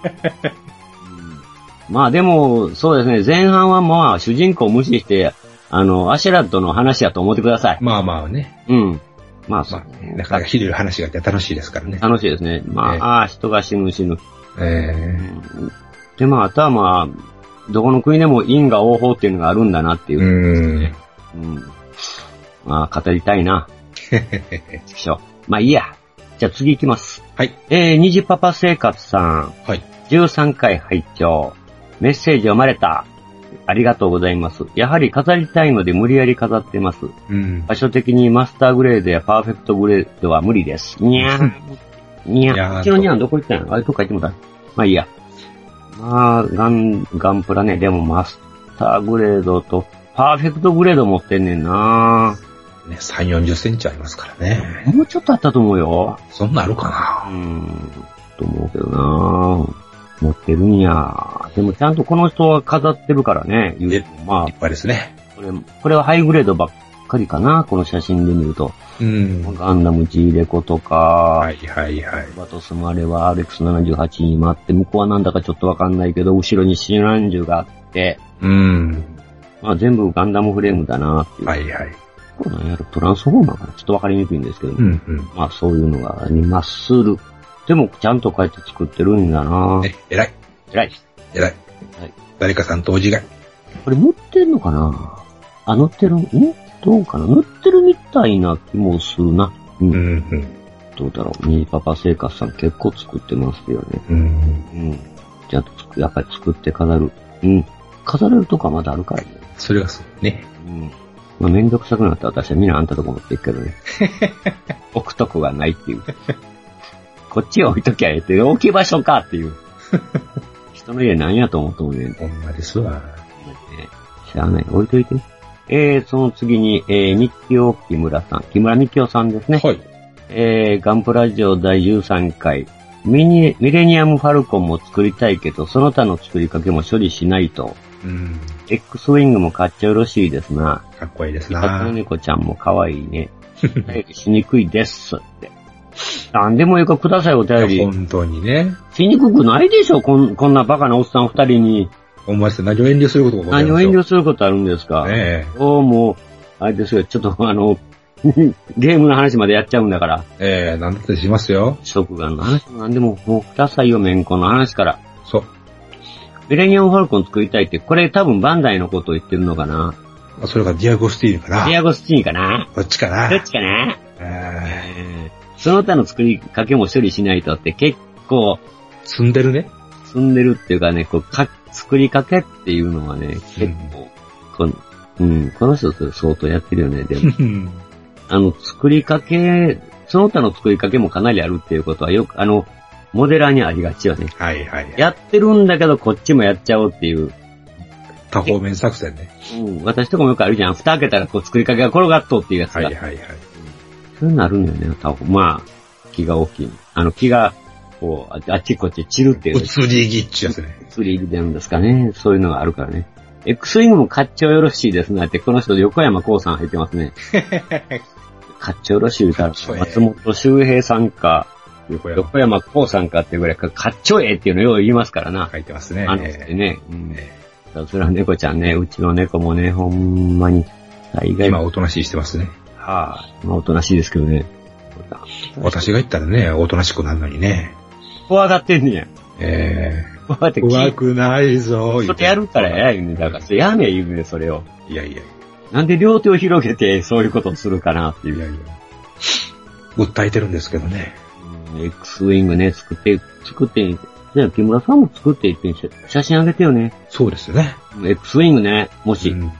S3: まあでも、そうですね、前半はまあ主人公を無視して、あの、アシェラッドの話やと思ってください。
S2: まあまあね。
S3: うん。まあ、そ
S2: ま
S3: う
S2: あ、なかなかひどい話があって楽しいですからね。
S3: 楽しいですね。まあ、
S2: ええ
S3: ああ、人が死ぬ死ぬ。う
S2: え
S3: んで、まあ、あとはまあ、どこの国でも因果応報っていうのがあるんだなってい
S2: え
S3: う。
S2: うん。
S3: うん。まあ、語りた
S2: (laughs)
S3: いな。でしょ。まあ、いいや。じゃあ次行きます。
S2: はい。
S3: えー、虹パパ生活さん。
S2: はい。
S3: 13回拝聴。メッセージ読まれた。ありがとうございます。やはり飾りたいので無理やり飾ってます。
S2: うん。
S3: 場所的にマスターグレードやパーフェクトグレードは無理です。にゃーん。にゃ
S2: にゃ
S3: ー
S2: ー
S3: ん。
S2: ん
S3: うちのにゃーんどこ行ったんやあれどっか行ってもだ。まあいいや。まあ、ガン、ガンプラね。でもマスターグレードとパーフェクトグレード持ってんねんな
S2: ね、3、40センチありますからね。
S3: もうちょっとあったと思うよ。
S2: そんなんあるか
S3: う
S2: な
S3: ーん。と思うけどな持ってるんや。でもちゃんとこの人は飾ってるからね。言うてもま
S2: いっぱいですね。
S3: あ、これ、これはハイグレードばっかりかな。この写真で見ると。
S2: うん。は
S3: ガンダム G レコとか、
S2: いはいはい。
S3: バトスもあれは RX78 に回って、向こうはなんだかちょっとわかんないけど、後ろにシランジュがあって、
S2: うん。
S3: まあ全部ガンダムフレームだなっていう。
S2: はいはい。
S3: こうなんやろ、トランスフォーマーかなちょっとわかりにくいんですけど、
S2: うんうん。
S3: まあそういうのがありまする。でもちゃんとこうやって作ってるんだな
S2: ね、偉い。
S3: 偉いです。
S2: 偉い。
S3: はい
S2: 誰かさんとおじがい。
S3: これ塗ってんのかなあ、塗ってるんどうかな塗ってるみたいな気もするな。うん。
S2: うんうん。
S3: どうだろう。ミニパパ生活さん結構作ってますよね。
S2: うん。
S3: うん。ちゃんとつく、やっぱり作って飾る。うん。飾れるとこはまだあるからね。
S2: それがそうね。
S3: うん。まあ、めんどくさくなったら私はみんなあんたとこ持っていくけど (laughs) ね。置くとこがないっていう。こっちを置いときゃええって、置き場所かって (laughs) いう。人の家なんやと思うと思うねん。
S2: ほんまですわ。
S3: 知らない。置いといて。えー、その次に、えー、みきお木村さん。木村みきおさんですね。
S2: はい。
S3: えー、ガンプラジオ第13回。ミニ、ミレニアムファルコンも作りたいけど、その他の作りかけも処理しないと。
S2: うん。
S3: X ウィングも買っちゃうらしいですな。
S2: かっこいいです
S3: ピカチュウ
S2: な。
S3: 猫ちゃんも可愛いね。お便りしにくいですって。なんでもよくください、お便
S2: いや
S3: り。
S2: 本当にね。
S3: しにくくないでしょ、こんこんなバカなおっさん二人に。
S2: お前して何を遠慮することがござい
S3: 何
S2: ま
S3: を
S2: す
S3: 遠
S2: よ
S3: 慮することあるんですか。
S2: ね
S3: おうもう、あれですよ、ちょっと (laughs) あの、ゲームの話までやっちゃうんだから。
S2: え。ええ、なんだってしますよ。
S3: 食玩の話も何でも、もうくださいよ、めんこの話から。
S2: そう。
S3: ミレニアムファルコン作りたいって、これ多分バンダイのことを言ってるのかな
S2: あそれがディアゴスティーニか
S3: ディ
S2: な。
S3: アゴスティーニかな
S2: こっちか
S3: ど
S2: な
S3: っ。ちかな
S2: ええ
S3: その他の作りかけも処理しないとって結構
S2: 積んでるね。
S3: 積んでるっていうかね、こう、か、作りかけっていうのはね、結構、こんうん、この人それ相当やってるよね、で
S2: (laughs)
S3: も。あの、作りかけ、その他の作りかけもかなりあるっていうことはよく、あの、モデラーにありがちよね。
S2: はいはい。
S3: やってるんだけど、こっちもやっちゃおうっていう。
S2: 多方面作戦ね。
S3: うん、私とかもよくあるじゃん。蓋開けたら、こう、作りかけが転がっとうっていうやつが。
S2: はいはいはい。
S3: そういうのあるんだよね、多分。まあ、気が大きい。あの、気が、こう、ああっちこっち散るっていう
S2: う。つりぎっちゅうやつね。
S3: 釣りでなんですかね。そういうのがあるからね。X ウィングも買っちゃよろしいですなって、この人横山光さん入ってます (laughs) ね。買っちゃよろしい言うたら、
S2: そうや
S3: 松本周平さんか、
S2: 横山
S3: 横山光さんかっていうぐらいか、買っちょええっていうのよう言いますからな。
S2: 書いてますね。
S3: あの人ってね。うん
S2: え。
S3: さすら猫ちゃんね、うちの猫もね、ほんまに、大概、
S2: 今
S3: は
S2: おとなしいしてますね。
S3: あ、まあ、おとなしいですけどね。
S2: 私が言ったらね、おとなしくなるのにね。
S3: 怖がってんねや。
S2: え
S3: (laughs) 怖がって
S2: え。
S3: 聞い
S2: 怖くないぞ、
S3: それやるからやいね。だから、それやめ言うね、それを。
S2: いやいや
S3: なんで両手を広げて (laughs) そういうことをするかなってい。
S2: いうやいや。訴えてるんですけどね。
S3: うん、X ウィングね、作って、作って、ね、木村さんも作っていって、写写真あげてよね。
S2: そうですよね。
S3: うん X ウィングね、もし、
S2: うん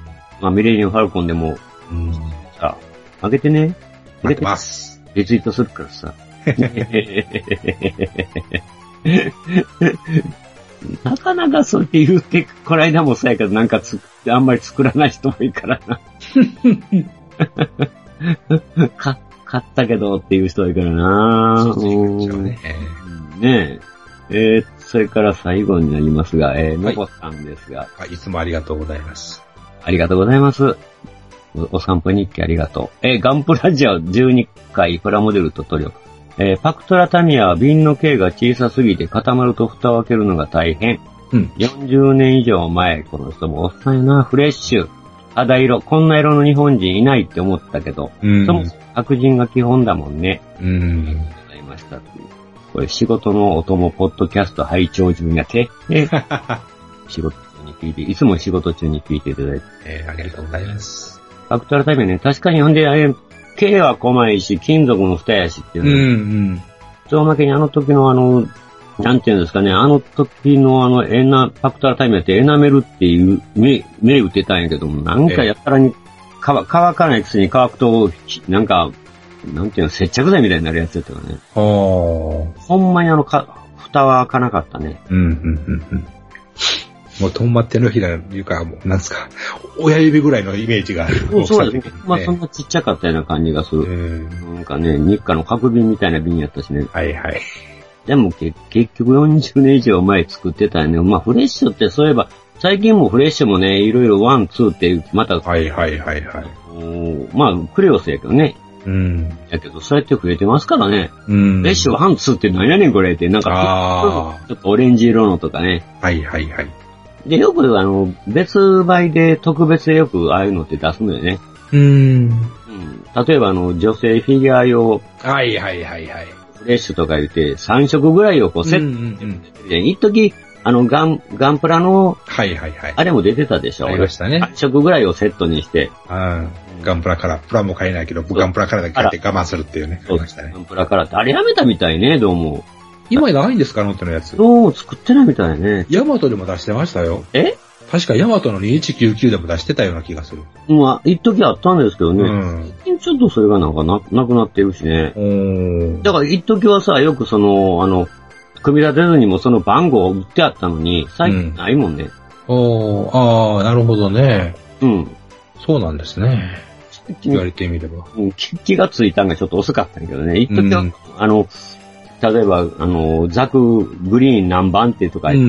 S3: まあミレニアムファルコンでも、
S2: うん
S3: さ、あげてね。
S2: 待ってます。
S3: リツイートするからさ。 (laughs) なかなかそれ言って、こないだもさやけど、なんかつ、あんまり作らない人もいいから (laughs) な。か、買ったけどっていう人はいいからな。
S2: 一応ね。
S3: うんねえ。えーそれから最後になりますが、えー、のこさんですが、
S2: あいつもありがとうございます。
S3: ありがとうございます。おお散歩日記ありがとう。えーガンプラジオ12回プラモデルと塗料。えーパクトラタミヤは瓶の径が小さすぎて固まると蓋を開けるのが大変。
S2: うん。
S3: 40年以上前、この人もおっさんやな、フレッシュ。肌色、こんな色の日本人いないって思ったけど、
S2: うん
S3: そもそも白人が基本だもんね。
S2: うん。
S3: ございましたっていう。これ仕事のお供、ポッドキャスト拝聴中になって、
S2: (laughs)
S3: え仕事中に聞いて、いつも仕事中に聞いていただいて。
S2: えーありがとうございます。
S3: アクトラタイムね、確かにほんで、あれ、K は細いし、金属の蓋やしっていううの、
S2: ん、
S3: それおまけにあの時のあの、なんていうんですかね、あの時のあのエナ、パクトラタイムやってエナメルっていう名、名打ってたんやけども、なんかやったらに、乾乾かないくせに乾くと、ひなんか、なんていうの、接着剤みたいになるやつやったよね。
S2: うん。おー。
S3: ほんまにあのか、蓋は開かなかったね。
S2: うん、うん、うん、うん。もう、とんまってのひらいうか、もう、なんすか、親指ぐらいのイメージがある。
S3: そう
S2: 大
S3: で
S2: きさ
S3: す
S2: 的。
S3: ね
S2: に
S3: まあそんなちっちゃかったような感じがす
S2: う
S3: る。
S2: ん。
S3: なんかね、日課の角瓶みたいな瓶やったしね。
S2: はいはい。
S3: でも結結局40年以上前作ってたよね。まあフレッシュってそういえば、最近もフレッシュもね、いろいろワン、ツーっていう、また、
S2: はいはいはいはい。
S3: おーまあクレオスやけどね。
S2: うん。
S3: やけど、そうやって増えてますからね。
S2: うん。
S3: フレッシュワン、ツーって何やねんこれって、なんか、
S2: あ
S3: ちょっとオレンジ色のとかね。
S2: あ。はいはいはい。
S3: で、よくあの、別売で特別でよくああいうのって出すのよね。
S2: うん。
S3: うん例えばあの、女性フィギュア用
S2: はいはいはいはい。
S3: フレッシュとか言って、3色ぐらいをこうセ
S2: うん
S3: ッ
S2: うんうん。
S3: トで、一時、あの、ガン、ガンプラの、
S2: はいはいはい。
S3: あれも出てたでしょ
S2: ありましたね。
S3: 3色ぐらいをセットにして、
S2: うん。ガンプラから、プラも買えないけど、ガンプラからだけ買って我慢するっていうね。ありましたね
S3: ガ。ンプラからって、あれやめたみたいね、どうも。
S2: 今ないんですかのってのやつ。
S3: どうも作ってないみたいね。
S2: ヤマトでも出してましたよ。
S3: え
S2: 確かヤマトの2199でも出してたような気がする。
S3: まあ、一時あったんですけど
S2: う
S3: ね、
S2: ん。
S3: 最近ちょっとそれがなんかな、なくなってるしね。
S2: おー
S3: だから一時はさ、よくその、あの、組み立てずにもその番号を売ってあったのに、最近ないもんね。
S2: おーああ、なるほどね。
S3: うん。
S2: そうなんですね。言われてみれば。
S3: うん気気がついたんがちょっと遅かったんやけどね。一時は、
S2: うん
S3: あの、例えば、あの、ザクグリーン何番ってとか、
S2: うんうんう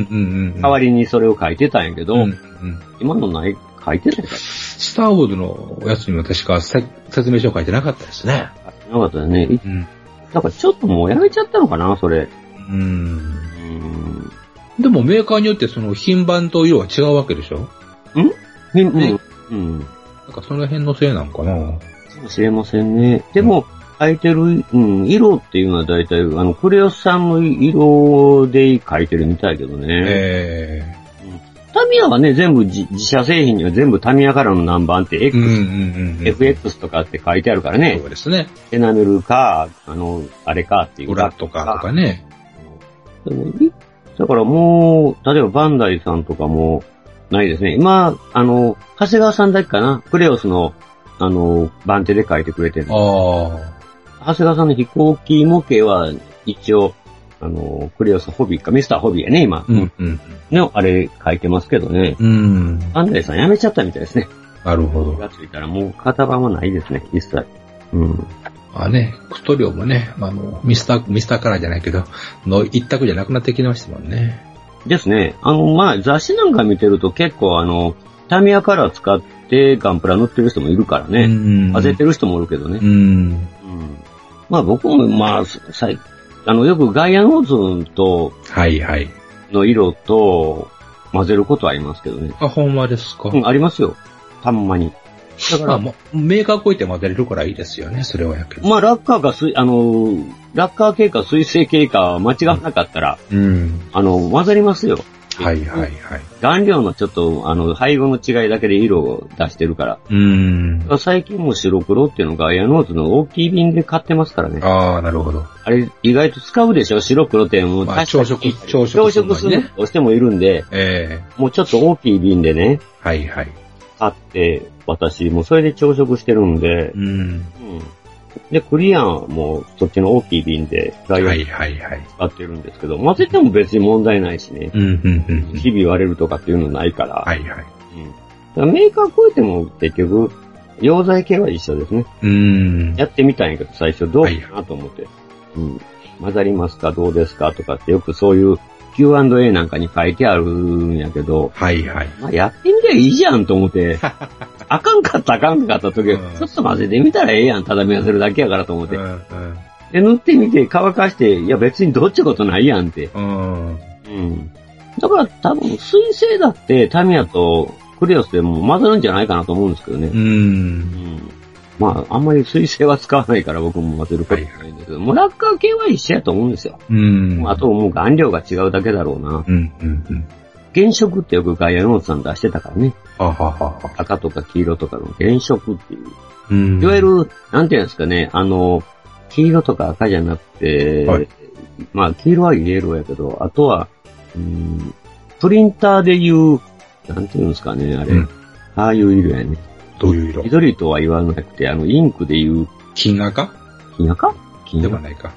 S2: ん。
S3: 代わりにそれを書いてたんやけど、
S2: うんうん。
S3: 今のない、書いてないか
S2: スターウォーズのやつにも確かせ説明書書いてなかったですね。
S3: ら。なかったよね。い
S2: うん。
S3: だからちょっともうやめちゃったのかな、それ。
S2: うん。
S3: うん。
S2: でもメーカーによってその品番と色は違うわけでしょ
S3: うん。
S2: ね
S3: うん。
S2: なんかその辺のせいなんかな
S3: かもしれませんね。でも、書いてる、うん、色っていうのは大体、あの、クレヨスさんの色で書いてるみたいけどね。
S2: え
S3: タミヤはね、全部自自社製品には全部タミヤからの何番って
S2: え
S3: X
S2: うんうんうんうん。
S3: FX とかって書いてあるからね
S2: そ、うですね。
S3: エナメルか、あの、あれかっていう
S2: 裏とかとかね。
S3: でもいだからもう、例えばバンダイさんとかも、ないですね。今、あの、長谷川さんだけかな、クレオスの、あの、番手で書いてくれてる。長
S2: あ
S3: 谷川さんの飛行機模型は、一応、あの、クレオスホビーか、ミスターホビーやね、今
S2: あ。。うんうん。
S3: の、あれ書いてますけどね。
S2: うん。
S3: バンダイさん辞めちゃったみたいですね。
S2: なるほ
S3: 気
S2: ど。
S3: がついたらもう型番はないですね、一切。うん。
S2: まあね、クトリオもね、あの、ミスター、ミスターカラーじゃないけど、の一択じゃなくなってきましたもんね。
S3: ですね。あの、まあ、雑誌なんか見てると結構あの、タミヤカラー使ってガンプラ塗ってる人もいるからね。
S2: ん
S3: 混ぜてる人もおるけどね
S2: う。ん。
S3: うん。まあ僕も、まあ、さい、あの、よくガイアノーズと、
S2: はいはい。
S3: の色と混ぜることはありますけどね。
S2: あ、ほんまですか。
S3: うん、ありますよ。たんまに。だか
S2: まあ、
S3: ら、
S2: もうメーカー超えて混ぜれるからいいですよね、それはやけど。
S3: まあ、ラッカーか水、あの、ラッカー系か水性系か間違わなかったら、
S2: うん。
S3: あの、混ざりますよ。
S2: はいはいはい。
S3: 顔料のちょっと、あの、配合の違いだけで色を出してるから。
S2: うん。
S3: 最近も白黒っていうのが、エアノーズの大きい瓶で買ってますからね。あ
S2: ああ、なるほど。
S3: れ、意外と使うでしょ白黒って、もう
S2: まあ、
S3: 確か
S2: 朝
S3: に
S2: 食、朝食
S3: 朝食
S2: す
S3: す
S2: るのに
S3: る
S2: ね。
S3: としてもいるんで、
S2: ええ
S3: もうちょっと大きい瓶でね、
S2: はいはい。
S3: あって、私、もうそれで朝食してるんで、
S2: うん。
S3: うん。で、クリアンもそっちの大きい瓶でフライ
S2: は
S3: ヤー
S2: いはいはい。
S3: 使ってるんですけど、混ぜても別に問題ないしね。
S2: うんうんうん。
S3: 日々割れるとかっていうのないから。
S2: はいはい。
S3: うん。だからメーカー超えても結局、溶剤系は一緒ですね。
S2: うん。
S3: やってみたんやけど、最初どうかなと思って。うん。混ざりますかどうですかとかってよくそういう Q&A なんかに書いてあるんやけど、
S2: はいはい。
S3: まあ、やってみりゃいいじゃんと
S2: (laughs)
S3: 思って、あかんかったあかんかった時は、
S2: うん
S3: ちょっと混ぜてみたらええやん、畳み合わせるだけやからと思っ
S2: う
S3: て。
S2: ん
S3: で、塗ってみて乾かして、いや別にどっちことないやんって。
S2: うん。うん。
S3: うん。だから多分、水性だってタミヤとクレオスでも混ざるんじゃないかなと思うんですけどね。
S2: うん。
S3: まあ、あんまり水性は使わないから僕も混ぜることないんだけど、もうラッカー系は一緒やと思うんですよ。
S2: うん。
S3: あともう顔料が違うだけだろうな。
S2: うんうんうん。
S3: 原色ってよくガイアノーツさん出してたからね。
S2: はははは。
S3: 赤とか黄色とかの原色っていう。
S2: うん。
S3: いわゆる、なんていうんですかね、あの、黄色とか赤じゃなくて、
S2: はい
S3: まあ黄色はイエローやけど、あとは、うん、プリンターでいう、なんていうんですかね、あれ。
S2: うん
S3: ああいう色やね。
S2: どういう色
S3: 緑とは言わなくて、あの、インクでいう、
S2: 金赤
S3: 金赤金
S2: で
S3: 赤
S2: はないか。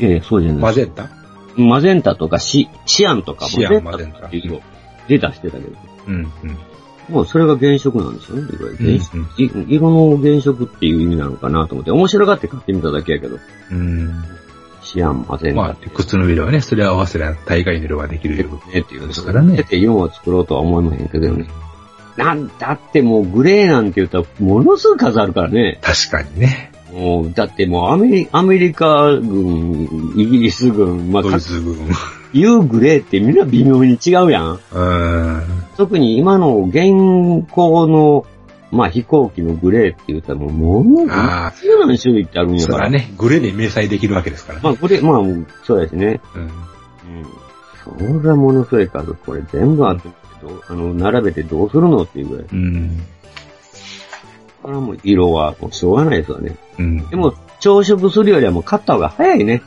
S3: ええ、そうじゃな
S2: マ
S3: いで
S2: ゼンタ
S3: す。マゼンタとかシシアンとか
S2: シアン
S3: マゼンタっていう色で出してたけど、
S2: うんうん。
S3: もうそれが原色なんですよね、いわゆ
S2: う
S3: る
S2: ん
S3: 原色い色の原色っていう意味なのかなと思って、面白がって買ってみただけやけど、
S2: うん。
S3: シアン、マゼ
S2: うん。
S3: ンタ
S2: ま
S3: って
S2: あ、靴の色はね、それを合わせりゃ大概の色ができるよ。
S3: ねっていう
S2: ですからね
S3: 出て色を作ろうとは思いまへんけどね。なんだってもうグレーなんて言ったらものすごい数あるからね。
S2: 確かにね。
S3: もう、だってもうアメリアメリカ軍、イギリス軍、まあ、
S2: ド
S3: か
S2: イツ軍。
S3: いうグレーってみんな微妙に違うやん。
S2: うん。
S3: 特に今の現行の、まあ、飛行機のグレーって言ったらもう、もの
S2: ああ、
S3: すごい何種類ってあるんや
S2: そ
S3: からら。
S2: ね、グレーで明細できるわけですから
S3: ま
S2: ね。
S3: あ、これ、まあ、そうですね。
S2: うん。
S3: うん。そりゃものすごい数、これ全部あって、どうあの、並べてどうするのっていうぐらい。
S2: うん。
S3: これはもう色はもうしょうがないですわね。
S2: うん。
S3: でも、朝食するよりはもう買った方が早いね。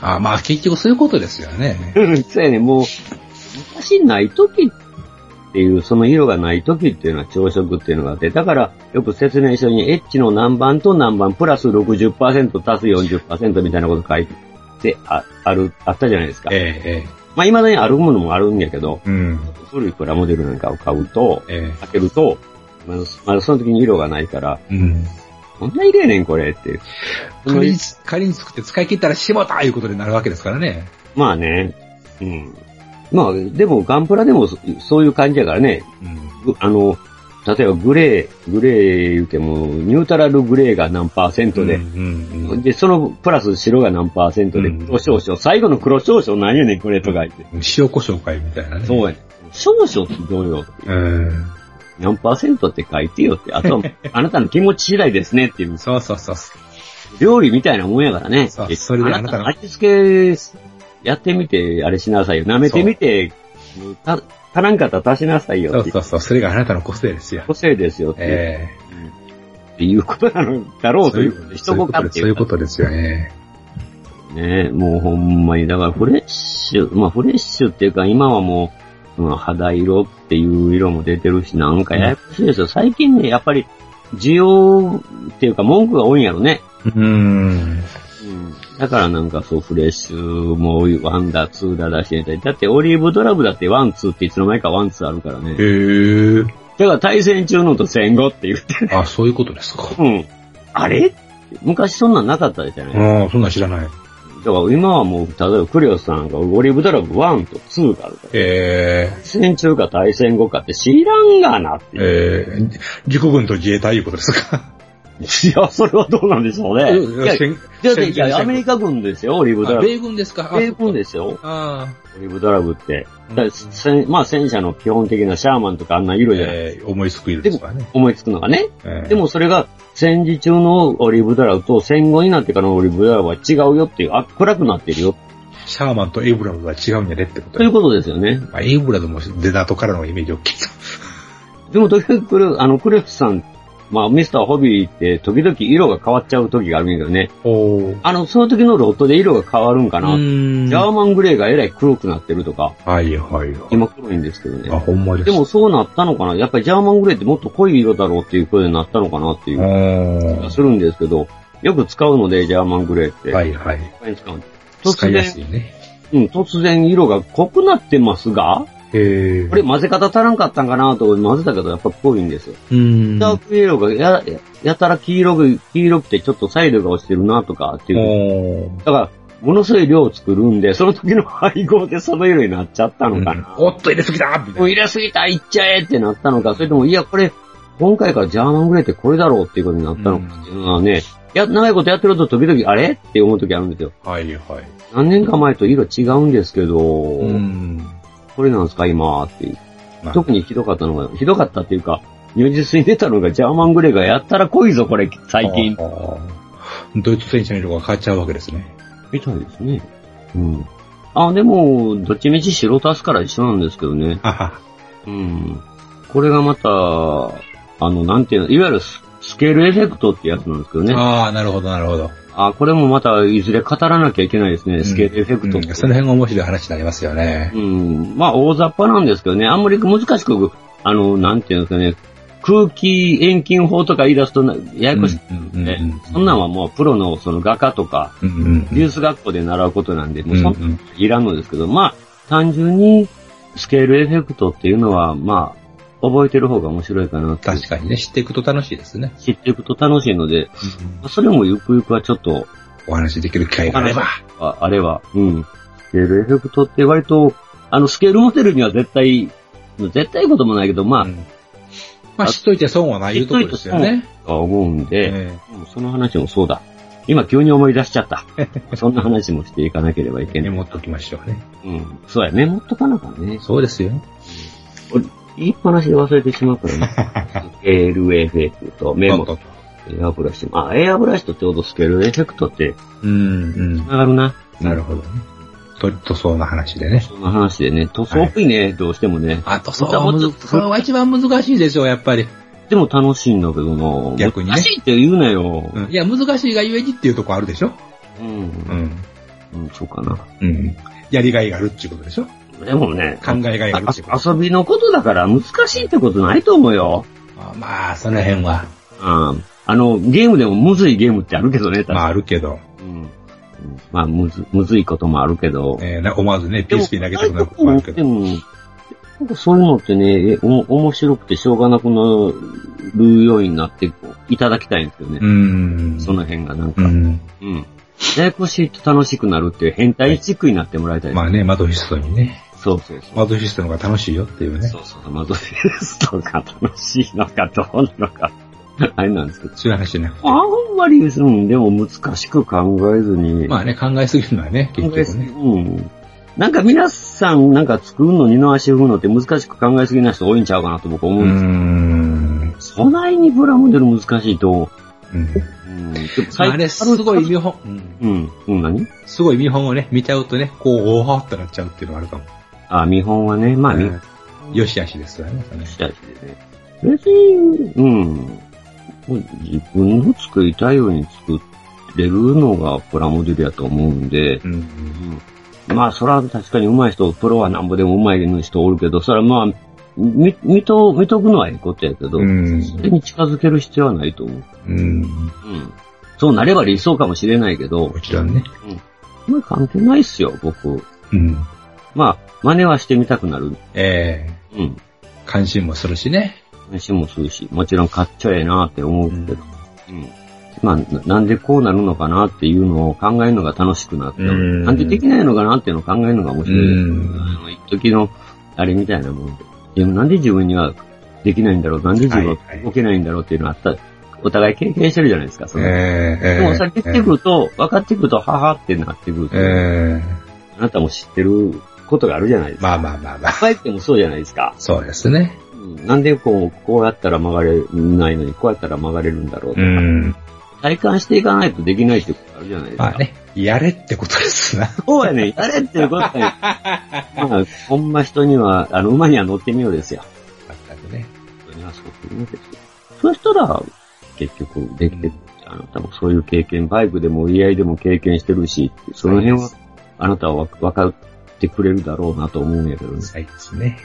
S2: あまあ結局そういうことですよね。
S3: うんそうやね、もう、昔ない時っていう、その色がない時っていうのは朝食っていうのがあって、だから、よく説明書にエッチの何番と何番プラス60%足す40%みたいなこと書いてあある、あったじゃないですか。
S2: ええ、え
S3: まあ、未だにあるものもあるんやけど、
S2: え。うん。
S3: 古いプラモデルなんかを買うと、
S2: え
S3: 開けると、まだ、まだその時に色がないから、
S2: え。うん。
S3: こんな色やねん、これって。
S2: 仮に、仮に作って使い切ったらしまったいうことになるわけですからね。
S3: まあね、うん。まあ、でも、ガンプラでもそそういう感じやからね、
S2: うん。
S3: ぐあの、例えばグレー、グレー言うても、ニュートラルグレーが何パーセント
S2: うん。う
S3: で、
S2: ん
S3: で、そのプラス白が何パーセントで、
S2: うん
S3: 黒少々、最後の黒少々何やねんこれとか言って。
S2: うん。塩胡椒会みたいなね。
S3: そうやねん。少々ってどうよって
S2: うん。
S3: 何パーセントって書いてよって。
S2: (laughs)
S3: あとは、あなたの気持ち次第ですねっていう。
S2: そうそうそうそ
S3: 料理みたいなもんやからね。
S2: そうそれで
S3: あ
S2: あ
S3: な
S2: な
S3: た
S2: た
S3: の
S2: の。
S3: 味付けやってみて、あれしなさいよ。舐めてみて、た足らんかったら足しなさいう
S2: そ
S3: よっ
S2: う
S3: て
S2: そ。うそう。それがあなたの個性ですよ。
S3: 個性ですよって。
S2: え
S3: っていうことなのだ
S2: え。
S3: ろうと
S2: そう
S3: い
S2: いうう、
S3: 一
S2: そういう
S3: 言
S2: こ
S3: か
S2: と
S3: っ
S2: で
S3: て
S2: す。
S3: い
S2: そういううこ
S3: か。
S2: とですよね。
S3: ねもうほんまに、だからフレッシュ、まあフレッシュっていうか今はもう、うん肌色っていう色も出てるし、なんかややこしいですよ。最近ね、やっぱり、需要っていうか文句が多いんやろね。
S2: うん。
S3: だからなんかそう、フレッシュも多い、ワンダー、ツーだ出してみたり。だってオリーブドラブだってワン、ツーっていつの間にかワン、ツーあるから
S2: へ
S3: ね。
S2: え。
S3: だから対戦中のと戦後って言って。
S2: あ、そういうことですか。
S3: うん。あれ昔そんなんなかったじゃない
S2: うん、そんなん知らない。
S3: だから今はもう、例えばクリオスさんがオリーブドラブ1と2があるから、
S2: ええ。
S3: 戦中か対戦後かって知らんがなっていう。
S2: ええ。自己軍と自衛隊いうことですか。
S3: いや、それはどうなんでしょうね。
S2: うん
S3: いや、い
S2: 戦
S3: や
S2: 戦
S3: いやアメリカ軍ですよ、オリーブド
S2: あ
S3: ラブ。
S2: 米軍ですか
S3: 米軍ですよ、
S2: あ
S3: オリーブドラブって。
S2: あ
S3: だから戦まあ戦車の基本的なシャーマンとかあんな色じゃない、
S2: えー思いつくいるですからね。
S3: 思いつくのがね。
S2: えー
S3: でもそれが戦時中のオリーブドラブと戦後になってからのオリーブドラブは違うよっていう、あ、暗くなってるよ
S2: シャーマンとエイブラムは違うんやねってこと
S3: ということですよね。
S2: まあ、
S3: (laughs)
S2: エイブラムも出だとからのイメージ大きいと。
S3: でも、とにかくクレ、あの、クレフさんまあ、ミスターホビーって時々色が変わっちゃう時があるんやけどね。
S2: おー。
S3: あの、その時のロットで色が変わるんかな。ジ
S2: ん
S3: ャーマングレーがえらい黒くなってるとか、
S2: はいはいはい。
S3: 今黒いんですけど
S2: あ、
S3: ね。
S2: ほんまです。
S3: でもそうなったのかなやっぱりジャーマングレーってもっと濃い色だろうっていうことになったのかなっていうう気
S2: ー
S3: がするんですけど、よく使うので、ジャーマングレーって。
S2: ん。はいはい。
S3: 使い使うんで
S2: 使
S3: 突
S2: いやす
S3: 然、
S2: いね。
S3: うん、突然色が濃くなってますが、
S2: へえ。
S3: これ混ぜ方足らんかったんかなと思い混ぜたけど、やっぱ濃いんですよ。
S2: うん。
S3: ダークイエローがや、やたら黄色く、黄色くてちょっとサイドが落ちてるなとかっていう。
S2: おー
S3: だから、ものすごい量を作るんで、その時の配合でその色になっちゃったのかな。
S2: おっと入れすぎたみた
S3: もう
S2: い
S3: 入れすぎたいっちゃえってなったのか、それとも、いや、これ、今回からジャーマングレーってこれだろうっていうことになったのかっていうのはね、や、長いことやってると時々、あれって思う時あるんですよ。
S2: な。はいはい。
S3: 何年か前と色違うんですけど、
S2: うん。
S3: これなんですか、今っていう。
S2: まあ
S3: 特にひどかったのが、ひどかったっていうか、如実に出たのがジャーマングレーがやったら濃いぞ、これ、最近。
S2: あードイツ戦車の色が変わっちゃうわけですね。
S3: みたいですね。うん。あ、でも、どっちみち白足すから一緒なんですけどね。
S2: あは。
S3: うん。これがまた、あの、なんていうの、いわゆるススケールエフェクトってやつなんですけどね。あ
S2: ああ、なるほどなるほど。
S3: これもまた、いずれ語らなきゃいけないですね、
S2: ん
S3: スケールエフェ
S2: う
S3: ク
S2: んそ
S3: トっ
S2: の
S3: て。
S2: 辺が面白い話になりますよね。
S3: うん。まあ、大雑把なんですけどね、あんまり難しく、あの、なんていうんですかね、空気遠近法とか言い出すとな、ややこしい。
S2: うん
S3: ね、そんなんはもうプロのその画家とか、
S2: うんうん
S3: 美術学校で習うことなんで、もう
S2: う
S3: そん
S2: ん
S3: な
S2: うん
S3: いらんのですけど、まあ、単純にスケールエフェクトっていうのは、まあ、覚えてる方が面白いかなって。
S2: 確かにね、知っていくと楽しいですね。
S3: 知っていくと楽しいので、まあそれもゆくゆくはちょっと、
S2: お話しできる機会があれば。
S3: ああれは、うん。スケールエフェクトって割と、あの、スケールモデルには絶対、絶対こともないけど、まあ、
S2: うんまあ、知っといて損はないいうところですよね。
S3: とは思うんで、
S2: え
S3: うんその話もそうだ。今急に思い出しち
S2: (laughs)
S3: ゃった。そんな話もしていかなければいけ
S2: え
S3: ない。
S2: 持っときましょうね。
S3: うん。そうや、メモっとかなあかんね。
S2: そうですよ。
S3: 言いっぱなしで忘れてしまうからね。
S2: (laughs)
S3: スケールエフェクト、メモ
S2: と。
S3: エアブラシも。あ、エアブラシとちょうどスケールエフェクトって
S2: うん、うん。
S3: 繋がるな。
S2: なるほどね。と、塗装の話でね。
S3: その話でね、塗装っぽいね、どうしてもね。
S2: あと、そうはむず、
S3: またもうちょっと
S2: そうは一番難しいでしょう、やっぱり。
S3: でも楽しいんだけどな
S2: 逆にね
S3: 難しいって言うなよ。
S2: うん。いや、難しいがゆえにっていうとこあるでしょ
S3: うん。
S2: ん。
S3: うん、そうかな。
S2: うん。やりがいがあるっていうことでしょ
S3: でもね、
S2: 考えがいがある
S3: あ
S2: っていうこと。
S3: 遊びのことだから難しいってことないと思うよ。
S2: あまあ、その辺は、
S3: うん。あの、ゲームでもむずいゲームってあるけどね、確か
S2: まああるけど、
S3: うん。うんまあ、むず、むずいこともあるけど。
S2: えーな思わずね、
S3: でも
S2: PSP 投げたくなることもあるけ
S3: で
S2: ど。
S3: も、なんかそういうのってね、えおも面白くてしょうがなくなるようになっていただきたいんですよね。
S2: うーん。
S3: その辺がなんか、
S2: う
S3: うん。
S2: ん。
S3: ややこしいと楽しくなるっていう変態チックになってもらいたいです。
S2: まあね、マドフィストにね、
S3: そうそうそう。
S2: マドフィストの方が楽しいよっていうね
S3: そ。うそう、マゾフェストが楽しいのかどうなのか、あれなんですけど。
S2: そういう話じゃなくて。
S3: あんまり、うん、でも難しく考えずに。
S2: まあね、考えすぎるのはね、結局ね。
S3: うん。なんか皆さん、なんか作るの二の足踏むのって難しく考えすぎな人多いんちゃうかなと僕思
S2: う
S3: う
S2: ー
S3: んで
S2: ん。
S3: す。そないにプラモデル難しいと。
S2: うん。
S3: うん。でも
S2: ま
S3: 最
S2: ああれ、すごい見本、うん
S3: うん。うん、何
S2: すごい見本をね、見ちゃうとね、こう、おーってなっちゃうっていうのがあるかも。
S3: あ、見本はね、まあ見
S2: うんよしあしですよね。
S3: 本したいしね。別に、うん。もう自分の作りたいように作れるのがプラモデルやと思うんで、
S2: うん。
S3: うんまあ、そら確かに上手い人、プロはなんぼでも上手い人おるけど、そらまあ、見、見と、見とくのはええことやけど、
S2: うん
S3: それに近づける必要はないと思う。
S2: うん。
S3: うん。そうなれば理想かもしれないけど
S2: も、ちろんね。
S3: あんまり関係ないっすよ、僕。
S2: うん。
S3: まあ、真似はしてみたくなる。
S2: ええ
S3: うん。
S2: 関心もするしね。
S3: 話もするし、もちろん買っちゃええなって思うけど、うん。まあ、ななんでこうなるのかなっていうのを考えるのが楽しくなって、
S2: うん
S3: なんでできないのかなっていうのを考えるのが面
S2: う
S3: 白い。
S2: ん。
S3: あの、一時の、あれみたいなもんで。でもなんで自分にはできないんだろう、なんで自分
S2: はいは
S3: はい動けないんだろうっていうのあった、お互い経験してるじゃないですか、そ
S2: え
S3: の。
S2: ええ
S3: で
S2: え
S3: もさ、出てくると、分かってくると、ははってなってくると、
S2: え
S3: あなたも知ってることがあるじゃないで
S2: え
S3: すか。
S2: まあまあまあまあ。
S3: バイクでもそうじゃないですか。
S2: そうですね。
S3: うんなんでこう、こうやったら曲がれないのに、こうやったら曲がれるんだろうと
S2: う
S3: か、
S2: ん。
S3: 体感していかないとできないってことあるじゃないですか。
S2: まあね、やれってことですな。
S3: (laughs) そうやね、やれっていうこ
S2: (laughs)
S3: とやね。まあ、ほんま人には、あの、馬には乗ってみようですよ。
S2: 全くね。
S3: 人にはそうですよそしたら、結局できてる。あなたもそういう経験、バイクでも売り合いでも経験してるし、その辺は、あなたはわ分かってくれるだろうなと思うんやけどね。
S2: 最いですね。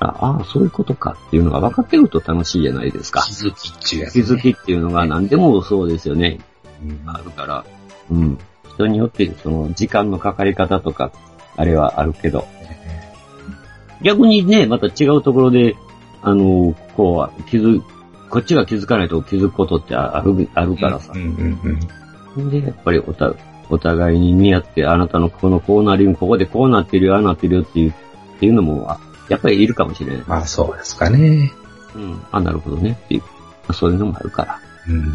S3: ああ、そういうことかっていうのが分かってると楽しいじゃないですか。
S2: 気づきっちゅうやつ、
S3: 気
S2: ね。
S3: づきっていうのが何でもそうですよね。あるから、うん。人によって、その、時間のかかり方とか、あれはあるけど。逆にね、また違うところで、あの、こうは、気づ、こっちが気づかないと気づくことってある、あるからさ
S2: う。んうんうん。
S3: で、やっぱりおた、お互いに見合って、あなたのこのコーナーリング、ここでこうなってるよ、ああなってるよっていう、っていうのも、あやっぱりいるかもしれない。
S2: まあそうですかね。
S3: うん。あ、なるほどねっていう。そういうのもあるから。
S2: うん。
S3: うん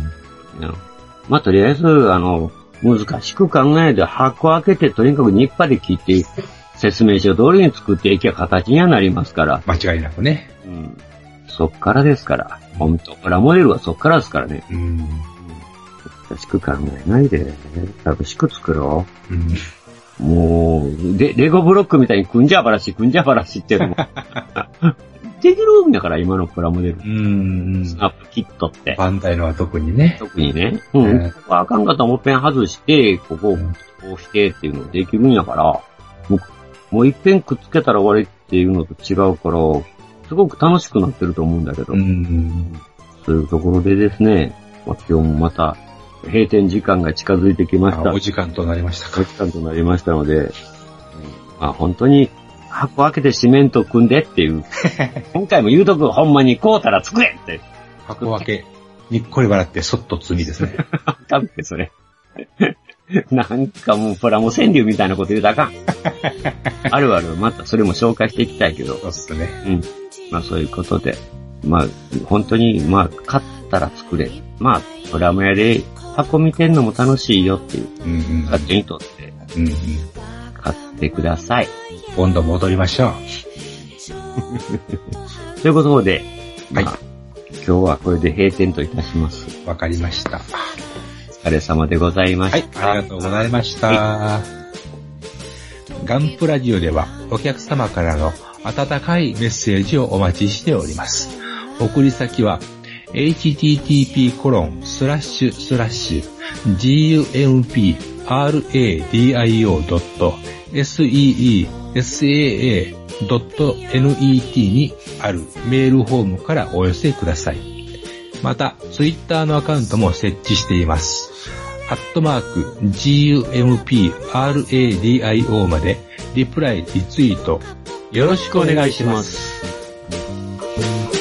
S3: まあ、とりあえず、あの、難しく考えないで箱開けて、とにかくニッパで切って、説明書通りに作っていきゃ形にはなりますから。
S2: 間違いなくね。
S3: うん。そっからですから。ほんと、プラモデルはそっからですからね。
S2: うん。
S3: 難しく考えないで、楽しく作ろ
S2: うん。
S3: う。もう、で、レゴブロックみたいに組んじゃばらし、組んじゃばらしっていうのも。 (laughs) できるんだから、今のプラモデ
S2: う
S3: ル。
S2: ん。
S3: スナップキットって。
S2: バンダイのは特にね。
S3: 特にね。うん。
S2: えー
S3: ここあかんかったらもっぺん外して、ここをこうしてっていうのができるんやから、もう、もういっぺんくっつけたら終わりっていうのと違うから、すごく楽しくなってると思うんだけど、
S2: うん。
S3: そういうところでですね、まあ、今日もまた閉店時間が近づいてきまし
S2: あ
S3: た。
S2: お時間となりました
S3: お
S2: か。
S3: 時間となりましたので、うんまあ本当に箱開けてシメント組んでっ
S2: (laughs)
S3: ていう、今回も言うとく、ほんまにこうたら作れって。
S2: 箱分け、にっこり笑って、そっと積み (laughs) ですね。
S3: あかんって、それ。 (laughs) なんかもうプラモ川柳みたいなこと言うたらあか
S2: (laughs)
S3: ん。あるある、またそれも紹介していきたいけど、
S2: そうっすね。
S3: まあそういうことで、まあ本当に、まあ勝ったら作れ。まあプラモ屋で箱見てんのも楽しいよっていう、
S2: うんうん。
S3: 勝手にとって
S2: うんうん。
S3: 買ってください。
S2: 今度戻りましょう。
S3: ということで、
S2: はい
S3: まあ今日はこれで閉店といたします。
S2: わかりました。は
S3: お疲れ様でございました。
S2: い、ありがとうございました。ガンプラジオではお客様からの温かいメッセージをお待ちしております。送り先は http://gumpradio.seesaa.net にあるメールフォームからお寄せください。また、ツイッターのアカウントも設置しています。アットマーク、GUMPRADIO まで、リプライ、リツイート、よろしくお願いします。
S3: 「